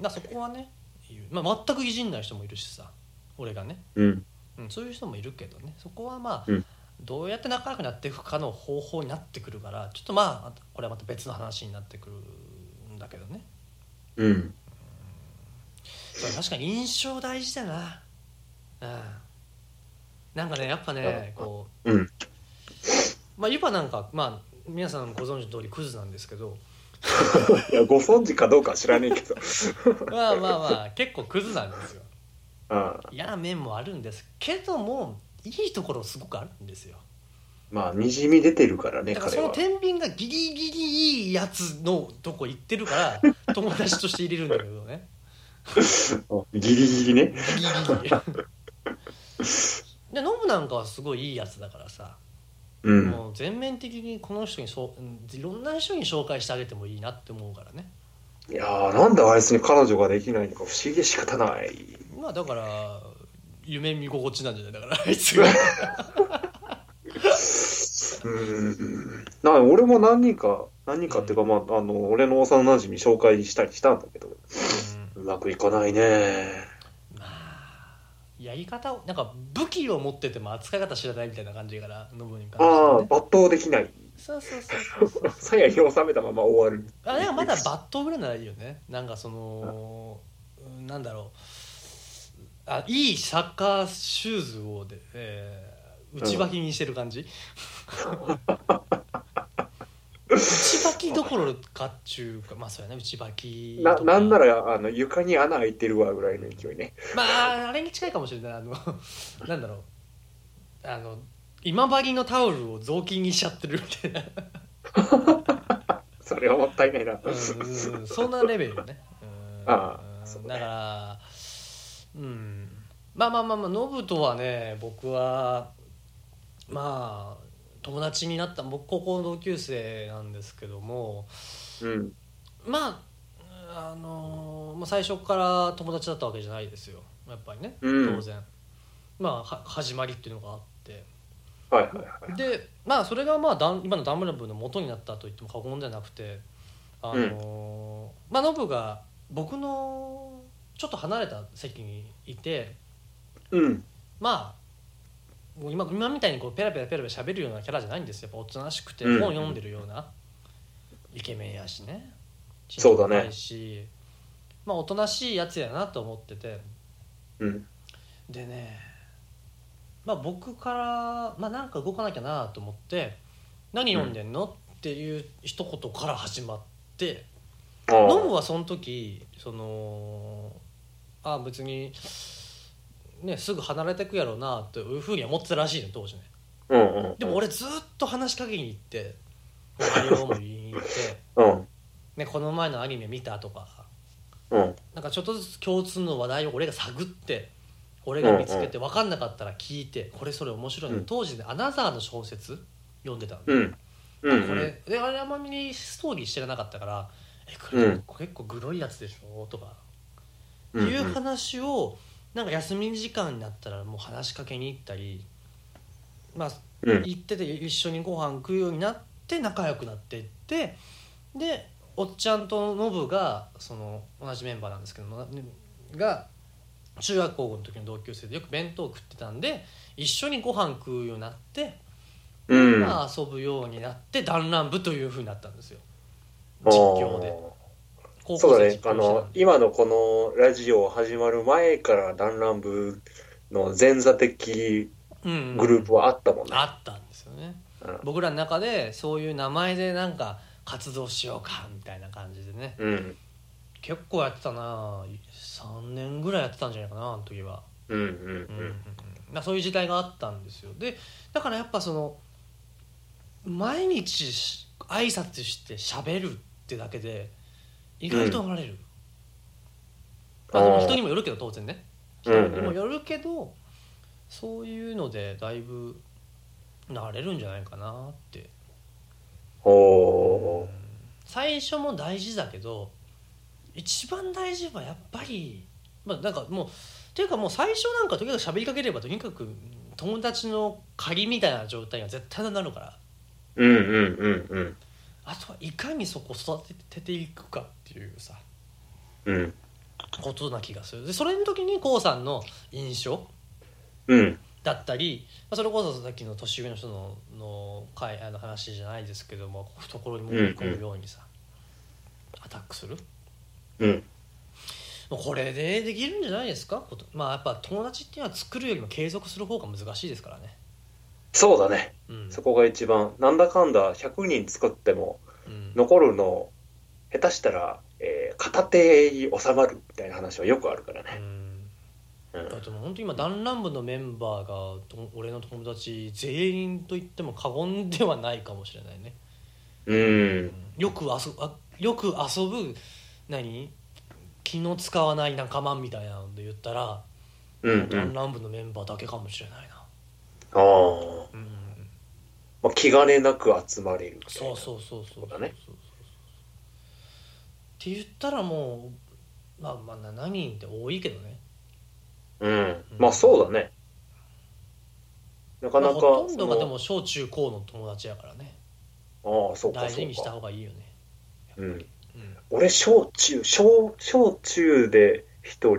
B: らそこはね、いうまあ、全くいじんない人もいるしさ俺がね、
D: うん
B: うん、そういう人もいるけどねそこはまあ、
D: うん
B: どうやって仲良くなっていくかの方法になってくるからちょっとまあこれはまた別の話になってくるんだけどね
D: うん
B: そう確かに印象大事だなうんなんかねやっぱねこ
D: うん
B: うまあゆばなんかまあ皆さんご存知の通りクズなんですけど
D: いやご存知かどうかは知らねえけど
B: まあまあまあ結構クズなんですよ
D: ああ
B: 嫌な面もあるんですけどもいいところすごくあるんですよ
D: まあにじみ出てるからね
B: だから
D: 彼
B: その
D: は
B: 天秤がギリギリいいやつのとこ行ってるから 友達として入れるんだけどね
D: ギリギリ
B: ギ
D: ね
B: リギリでノブなんかはすごいいいやつだからさ、
D: うん
B: もう全面的にこの人にそううんいろんな人に紹介してあげてもいいなって思うからね
D: いやーなんであいつに彼女ができないのか不思議で仕方ない
B: まあだから夢見心地なんじゃないだからあい つが
D: うんな俺も何人か何人かっていうか、まああの俺の幼馴染に紹介したりしたんだけど
B: うん
D: うまくいかないね
B: やり方をなんか武器を持ってても扱い方知らないみたいな感じからノブに関して
D: あ
B: は
D: あ
B: ね
D: 抜刀できない
B: そうそうそうそうそう
D: 鞘に収めたまま終わる
B: あでもまだ抜刀ぐらいならいいよねなんかそのうんなんだろうあいいサッカーシューズをで、えー内履きにしてる感じ、内履きどころかっちゅうかまあそうやね内履き
D: な
B: とか
D: なんならあの床に穴開いてるわぐらいの勢いね
B: まああれに近いかもしれないあのなんだろうあの今治のタオルを雑巾にしちゃってるみたいな
D: それはもったいないな
B: うんうんそんなレベルよね。うん
D: ああそうね
B: だから、うん、まあまあまあまあノブとはね僕はまあ友達になった僕高校の同級生なんですけども
D: うん
B: まああのまあ最初から友達だったわけじゃないですよやっぱりね
D: うん
B: 当然、まあは始まりっていうのがあって
D: はいはいはい
B: でまあそれがまあダン今のダンブラブの元になったと言っても過言ではなくてあのーまあノブが僕のちょっと離れた席にいて
D: うん
B: まあもう今今みたいにこうペラペラペラペラ喋るようなキャラじゃないんですよやっぱおとなしくて
D: うん
B: 本読んでるようなイケメンやしね
D: そうだ
B: 身
D: ね
B: 長高いしまあおとなしいやつやなと思ってて
D: うん
B: でねまあ僕からまあなんか動かなきゃなと思って「何読んでんの?」っていう一言から始まって
D: あ
B: ノブ
D: ー
B: はその時そのあ別にねすぐ離れてくやろうなというふうには思ってたらしいね当時ね
D: うんうんうん
B: でも俺ずっと話しかけに行って「おはよう」も言いに行って
D: うん
B: 「ね、この前のアニメ見た?」とか
D: うん。
B: なんかちょっとずつ共通の話題を俺が探って俺が見つけて分かんなかったら聞いてこれそれ面白いの、
D: うん
B: 当時ねアナザーの小説読んでたの、
D: うん。うん、
B: こ
D: うん。
B: れであれあんまりストーリー知らなかったから「えこ
D: う
B: れ
D: ん
B: 結構グロいやつでしょ?」とか
D: うんうん
B: いう話をなんか休み時間になったらもう話しかけに行ったりまあ
D: うん。
B: 行ってて一緒にご飯食うようになって仲良くなっていってでおっちゃんとノブがその同じメンバーなんですけどもが中学高校の時の同級生でよく弁当を食ってたんで一緒にご飯食うようになって、
D: うん。
B: まあ、遊ぶようになって団らん部というふうになったんですよ
D: あー
B: 実況で高
D: そう
B: 校
D: だ
B: 生実。況
D: ねあ
B: してた
D: の
B: ん、で
D: 今のこのラジオ始まる前から、弾丸部の前座的
B: うんうん
D: グループはあったもんね。
B: あったんですよね僕らの中でそういう名前でなんか活動しようかみたいな感じでね
D: うん。
B: 結構やってたな3年ぐらいやってたんじゃないかなあの時は、
D: うん。うん。
B: う
D: うん
B: うんうん
D: ん。
B: まあそういう時代があったんですよでだからやっぱその毎日し挨拶して喋るってだけで意外となれる、まあその人にもよるけど当然ね
D: う
B: 人
D: んうん
B: にもよるけど、そういうのでだいぶなれるんじゃないかなって
D: おー。
B: 最初も大事だけど一番大事はやっぱりまあなんかもうっていうかもう最初なんかとにかく喋りかければとにかく友達の仮みたいな状態が絶対なるから
D: うんうんうんうん。
B: あとはいかにそこを育てていくかっていうさ
D: うん。
B: ことな気がするでそれの時に k さんの印象
D: うん。
B: だったりまあそれこそさっきの年上の人のの会あの話じゃないですけども懐に潜り込むようにさ、アタックする
D: うん。
B: これでできるんじゃないですかことまあやっぱ友達っていうのは作るよりも継続する方が難しいですからね
D: そうだね。
B: うん
D: そこが一番、なんだかんだ100人作っても、
B: うん
D: 残るの、下手したら、えー片手に収まるみたいな話はよくあるから
B: う
D: ね。
B: ん
D: うん
B: だってもう本当に今団らん部のメンバーがと俺の友達全員と言っても過言ではないかもしれないね、
D: うん。
B: よく遊ぶあよく遊ぶ何気の使わない仲間みたいなので言ったら、
D: うんう
B: 団
D: ん。
B: らん部のメンバーだけかもしれないな、
D: ああ。
B: うん、
D: まあ、気兼ねなく集まれるみたいな。
B: そうそうそうそう
D: そうだね
B: そうそうそうって言ったらもうまあまあ7人って多いけどね
D: うん。まあそうだね。なかなか、
B: まあほとんどが
D: そ
B: で
D: の
B: も小中高の友達やからね
D: ああ、そうか、
B: 大事
D: そう
B: にした
D: か。
B: 方がいいよね
D: うん。
B: うん
D: 俺、小中、小、小中で一人、
B: う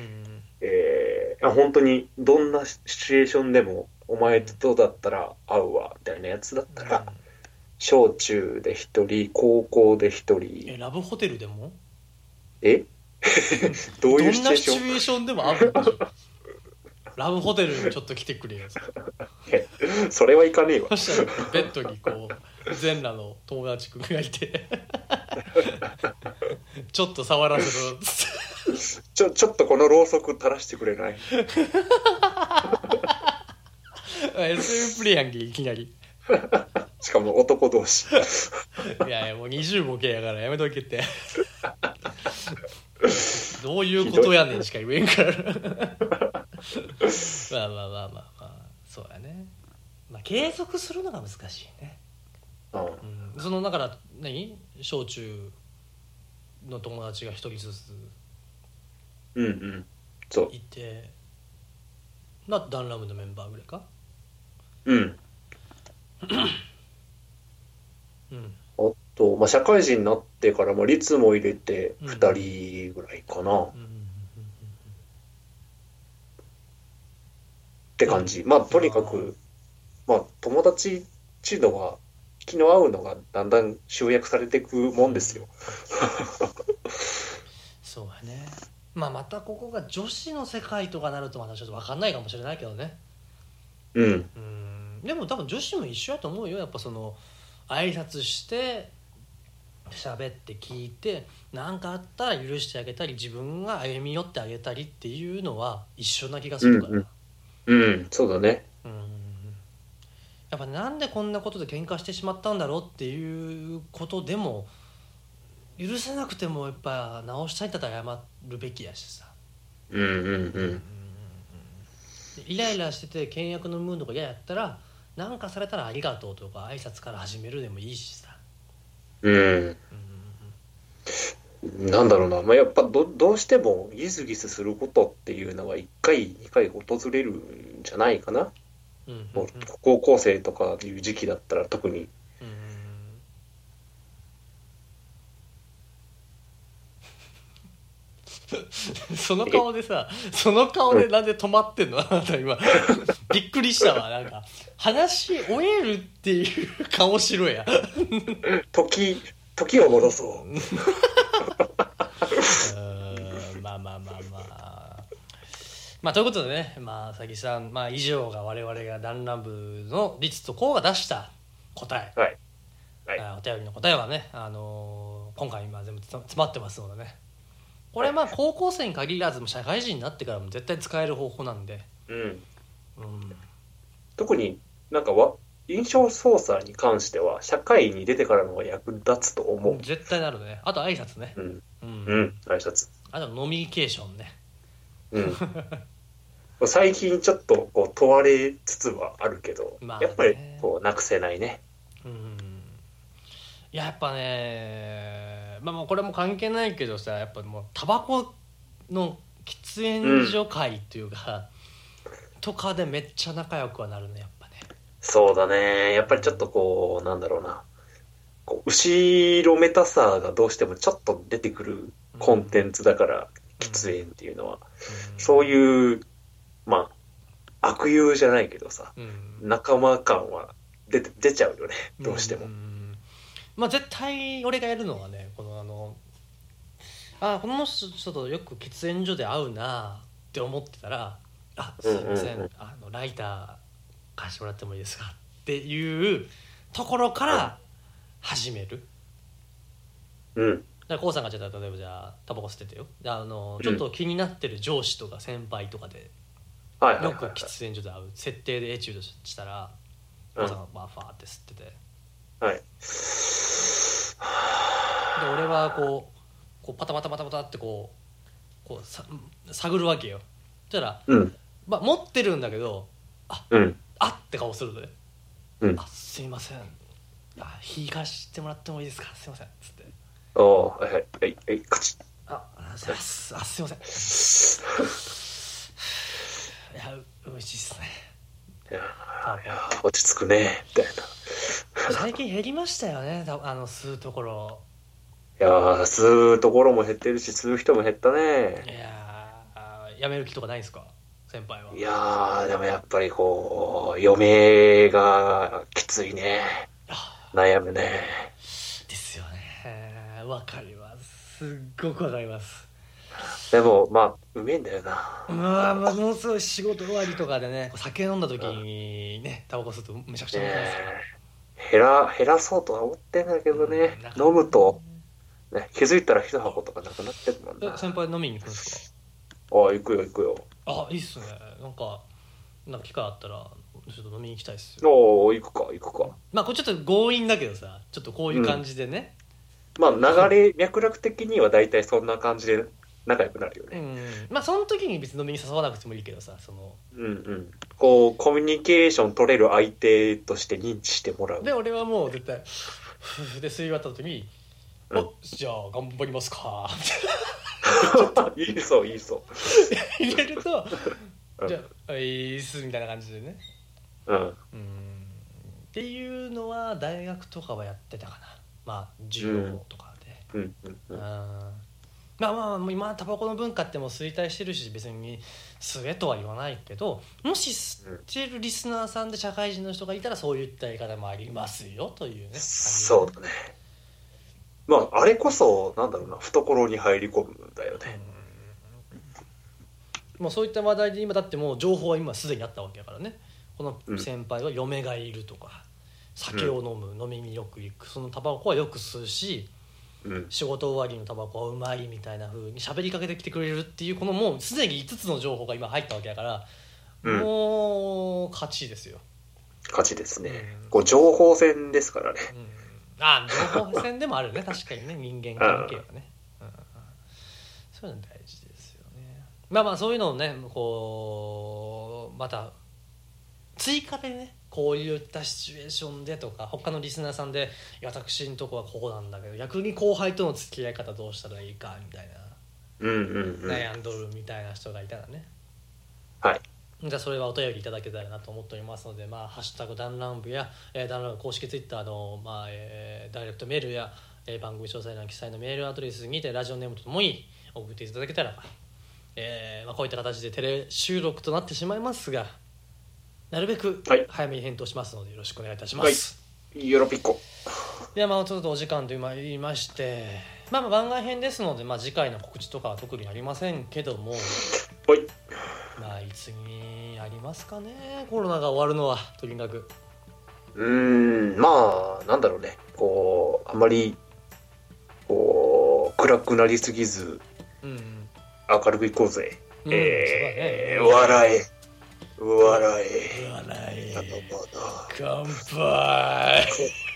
B: ん
D: えー、あ本当にどんなシチュエーションでもお前とどうだったら合うわみたいなやつだったら、小中で一人高校で一
B: え
D: 人
B: ラブホテルでも
D: え どう
B: どん
D: いう
B: な
D: シ
B: シ
D: チ
B: チ
D: ュエ
B: ュエ
D: ーション
B: ーションでもあるんでしょ ラブホテルにちょっと来てくれよ
D: それはいかねえわ
B: そしたらベッドにこう全裸の友達くんがいて ちょっと触らせろ
D: ちょちょっとこのろうそく垂らしてくれない
B: SM プレイヤンけいきなり
D: しかも男同士
B: いやいやもう20ボケやからやめとけって どういうことやねんしか言えんから まあまあまあまあまあそうやねまあ継続するのが難しいね、
D: うん
B: うん、そのだから何小中の友達が一人ずつ
D: うんうんそう
B: いてまあダンラムのメンバーぐらいか
D: うん
B: うん
D: あと、まあ、社会人になってから、まあ、率も入れて
B: うん
D: 二人ぐらいかな、
B: う
D: っ
B: んうんうん
D: て感じまあとにかくまあ、友達っていうのは、気の合うのがだんだん集約されていくもんですよ。
B: そうやねまあまたここが女子の世界とかなるとまたちょっと分かんないかもしれないけどね
D: うん。
B: うんでも多分女子も一緒やと思うよやっぱその挨拶して喋って聞いて何かあったら許してあげたり自分が歩み寄ってあげたりっていうのは一緒な気がするから、
D: うんうん、そうだね。
B: うんやっぱなんでこんなことで喧嘩してしまったんだろうっていうことでも許せなくてもやっぱ直したいんだったら謝るべきやしさ
D: うんうんうん。
B: でイライラしてて倹約のムードが嫌やったら何かされたら「ありがとう」とか挨拶から始めるでもいいしさ
D: うん。なんだろうな、まあ、やっぱどどうしてもギスギスすることっていうのは1回2回訪れるんじゃないかな、
B: うんうん
D: もう高校生とかいう時期だったら特に
B: うんうん その顔でさその顔でなんで止まってんのあ なた今びっくりしたわなんか話終えるっていう顔しろや
D: 時時を戻そう
B: うーんまあまあまあまあ。まあ、ということでね、まあ、佐々木さん、まあ、以上が我々がダンラブの率とこうが出した答え、
D: はいはい
B: あお便りの答えはね、あのー今回今全部つ詰まってますのでねこれまあ高校生に限らずも社会人になってからも絶対使える方法なんで、
D: うん
B: うん、
D: 特になんかわ印象操作に関しては社会に出てからの方が役立つと思う
B: 絶対なるねあと挨拶ね、
D: うん
B: うん
D: うん挨拶
B: あとノミニケーションね
D: うん 最近ちょっとこう問われつつはあるけど、
B: まあね
D: やっぱりこうなくせないね
B: うんいややっぱねまあもうこれも関係ないけどさやっぱもうタバコの喫煙所会っていうか、とかでめっちゃ仲良くはなるねやっぱね
D: そうだね。やっぱりちょっとこう、なんだろうな。こう後ろめたさがどうしてもちょっと出てくるコンテンツだから、喫煙っていうのは。そういう、まあ、悪友じゃないけどさ、
B: うん、うん
D: 仲間感は出て出ちゃうよね。 どうしても。
B: んまあ絶対俺がやるのはねこのあのあこの人とよく喫煙所で会うなって思ってたら「あすいません、
D: うんうんうん
B: あのライター貸してもらってもいいですか?」っていうところから始める。
D: うん。
B: だからこうさんがじゃあ例えばじゃあタバコ吸っててよであの
D: ん
B: ちょっと気になってる上司とか先輩とかで
D: はいはいは
B: よ
D: い
B: く
D: はい。
B: 喫煙所で会う設定でエチュードししたら
D: う
B: こ
D: ん
B: うさんがバーファーって吸っててで
D: はい。
B: 俺はこうこうパタパタパタパタってこうこうさ探るわけよそしたら、
D: うん。
B: まあ、持ってるんだけど
D: うん。
B: あって顔するのね、
D: うん
B: あすいませんあ火がしてもらってもいいですかすいませんっつって
D: おーはいはい。はいはい。カチッ。
B: あ、ありがとうございます。あ、すいません。い や、う美味しいっすね。
D: いや
B: タバ
D: ーいやー落ち着くね。みたいな。
B: コ最近減りましたよね。たあの吸うところ。
D: いやー、吸うところも減ってるし、吸う人も減ったね
B: い。やー、やめる気とかないんですか、先輩は。
D: いやー、でもやっぱりこう、嫁がきついね。悩むね。
B: ですよね。わかります。すっごくわかります。
D: でも、まあ、うめえんだよな。
B: うわー、まあ、ものすごい仕事終わりとかでね、酒飲んだ時にね、タバコ吸うとめちゃくちゃうまいですから。
D: ね減ら、減らそうとは思ってんだけどね。
B: うん
D: 飲むと、ね、気づいたら一箱とかなくなってるもん
B: え
D: な。あ、
B: 先輩飲みに行くんですか
D: 行くよ行くよ。
B: あ、いいっすね。なんか、なんか機会あったら、ちょっと飲みに行きたいっすよ。
D: おー、行くか行くか。
B: まあこれちょっと強引だけどさちょっとこういう感じでね、
D: まあ、流れ、脈絡的には大体そんな感じで仲良くなるよ
B: う
D: ね。
B: んまあその時に別に飲みに誘わなくてもいいけどさその
D: うんうん。こう、コミュニケーション取れる相手として認知してもらう。
B: で俺はもう絶対ふふで吸い終わった時に「
D: うん
B: おじゃあ頑張りますか」
D: いいそう、いいそ
B: っ
D: う。
B: て入れると
D: う
B: 「
D: ん
B: じゃあいいっす」みたいな感じでね
D: う
B: う
D: ん。
B: んっていうのは大学とかはやってたかなまあ授業とかで、
D: うんうん
B: う
D: う
B: ん
D: ん
B: まあまあもう今タバコの文化ってもう衰退してるし別に吸えとは言わないけどもし吸ってるリスナーさんで社会人の人がいたらそういった言い方もありますよというね
D: そうだね。まあ、あれこそ、なんだろうな、懐に入り込むんだよね。
B: もうそういった話題で今だってもう情報は今すでにあったわけだからねこの先輩は嫁がいるとか酒を飲む、飲みによく行くそのタバコはよく吸うし
D: うん。
B: 仕事終わりのタバコはうまいみたいな風に喋りかけてきてくれるっていうこのもうすでに5つの情報が今入ったわけだから、
D: うん
B: もう勝ちですよ、
D: 勝ちですね
B: うん。
D: こう、情報戦ですからね。
B: うんあ情報戦でもあるね確かにね人間関係はね、うんうん、そういうの大事ですよねまあまあそういうのをねこうまた追加でねこういったシチュエーションでとか他のリスナーさんでいや私のとこはこうなんだけど逆に後輩との付き合い方どうしたらいいかみたい
D: うんうんうん。
B: な悩んどるみたいな人がいたらね
D: はい。
B: じゃあそれはお便りいただけたらなと思っておりますので、まあ、ハッシュタグ弾丸部や、えー、弾丸部公式ツイッターの、まあえーダイレクトメールや、えー番組詳細欄記載のメールアドレスにてラジオネームとともに送っていただけたら、えーまあ、こういった形でテレ収録となってしまいますがなるべく
D: はい
B: 早めに返答しますのでよろしくお願いいたします、
D: ヨロピッコ。
B: ではまあちょっとお時間と今言いまして、まあ、まあ番外編ですので、まあ、次回の告知とかは特にありませんけども
D: ほい。
B: まあいつにありますかねコロナが終わるのはとにかく
D: うーん、まあ、なんだろうね。こう、あまり、こう、暗くなりすぎず、
B: うんうん、
D: 明るくいこうぜ。
B: うん
D: えー、
B: そうだね
D: 笑え。笑え。
B: 笑い
D: あのもの、
B: 乾杯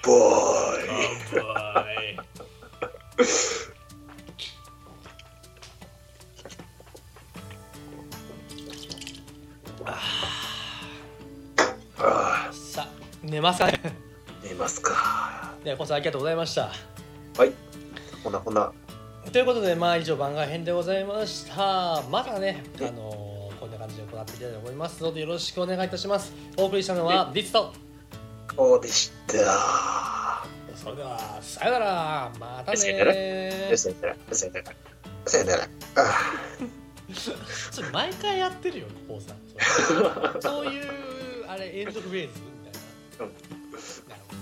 D: ボーイ。
B: 乾杯
D: あ
B: さ寝ますかね
D: あ、寝ますか。
B: ではこそありがとうございました
D: はい。ほなほな。
B: ということでまあ以上番外編でございましたまたねあのーこんな感じで行っていきたいと思いますのでよろしくお願いいたしますお送りしたのはリツと
D: そうでした。
B: それではさよならまたね
D: さよならさよなら。さよなら。さよなら。あ
B: ちょっと毎回やってるよこう さんそういうあれ連続フレーズみたいな、なるほど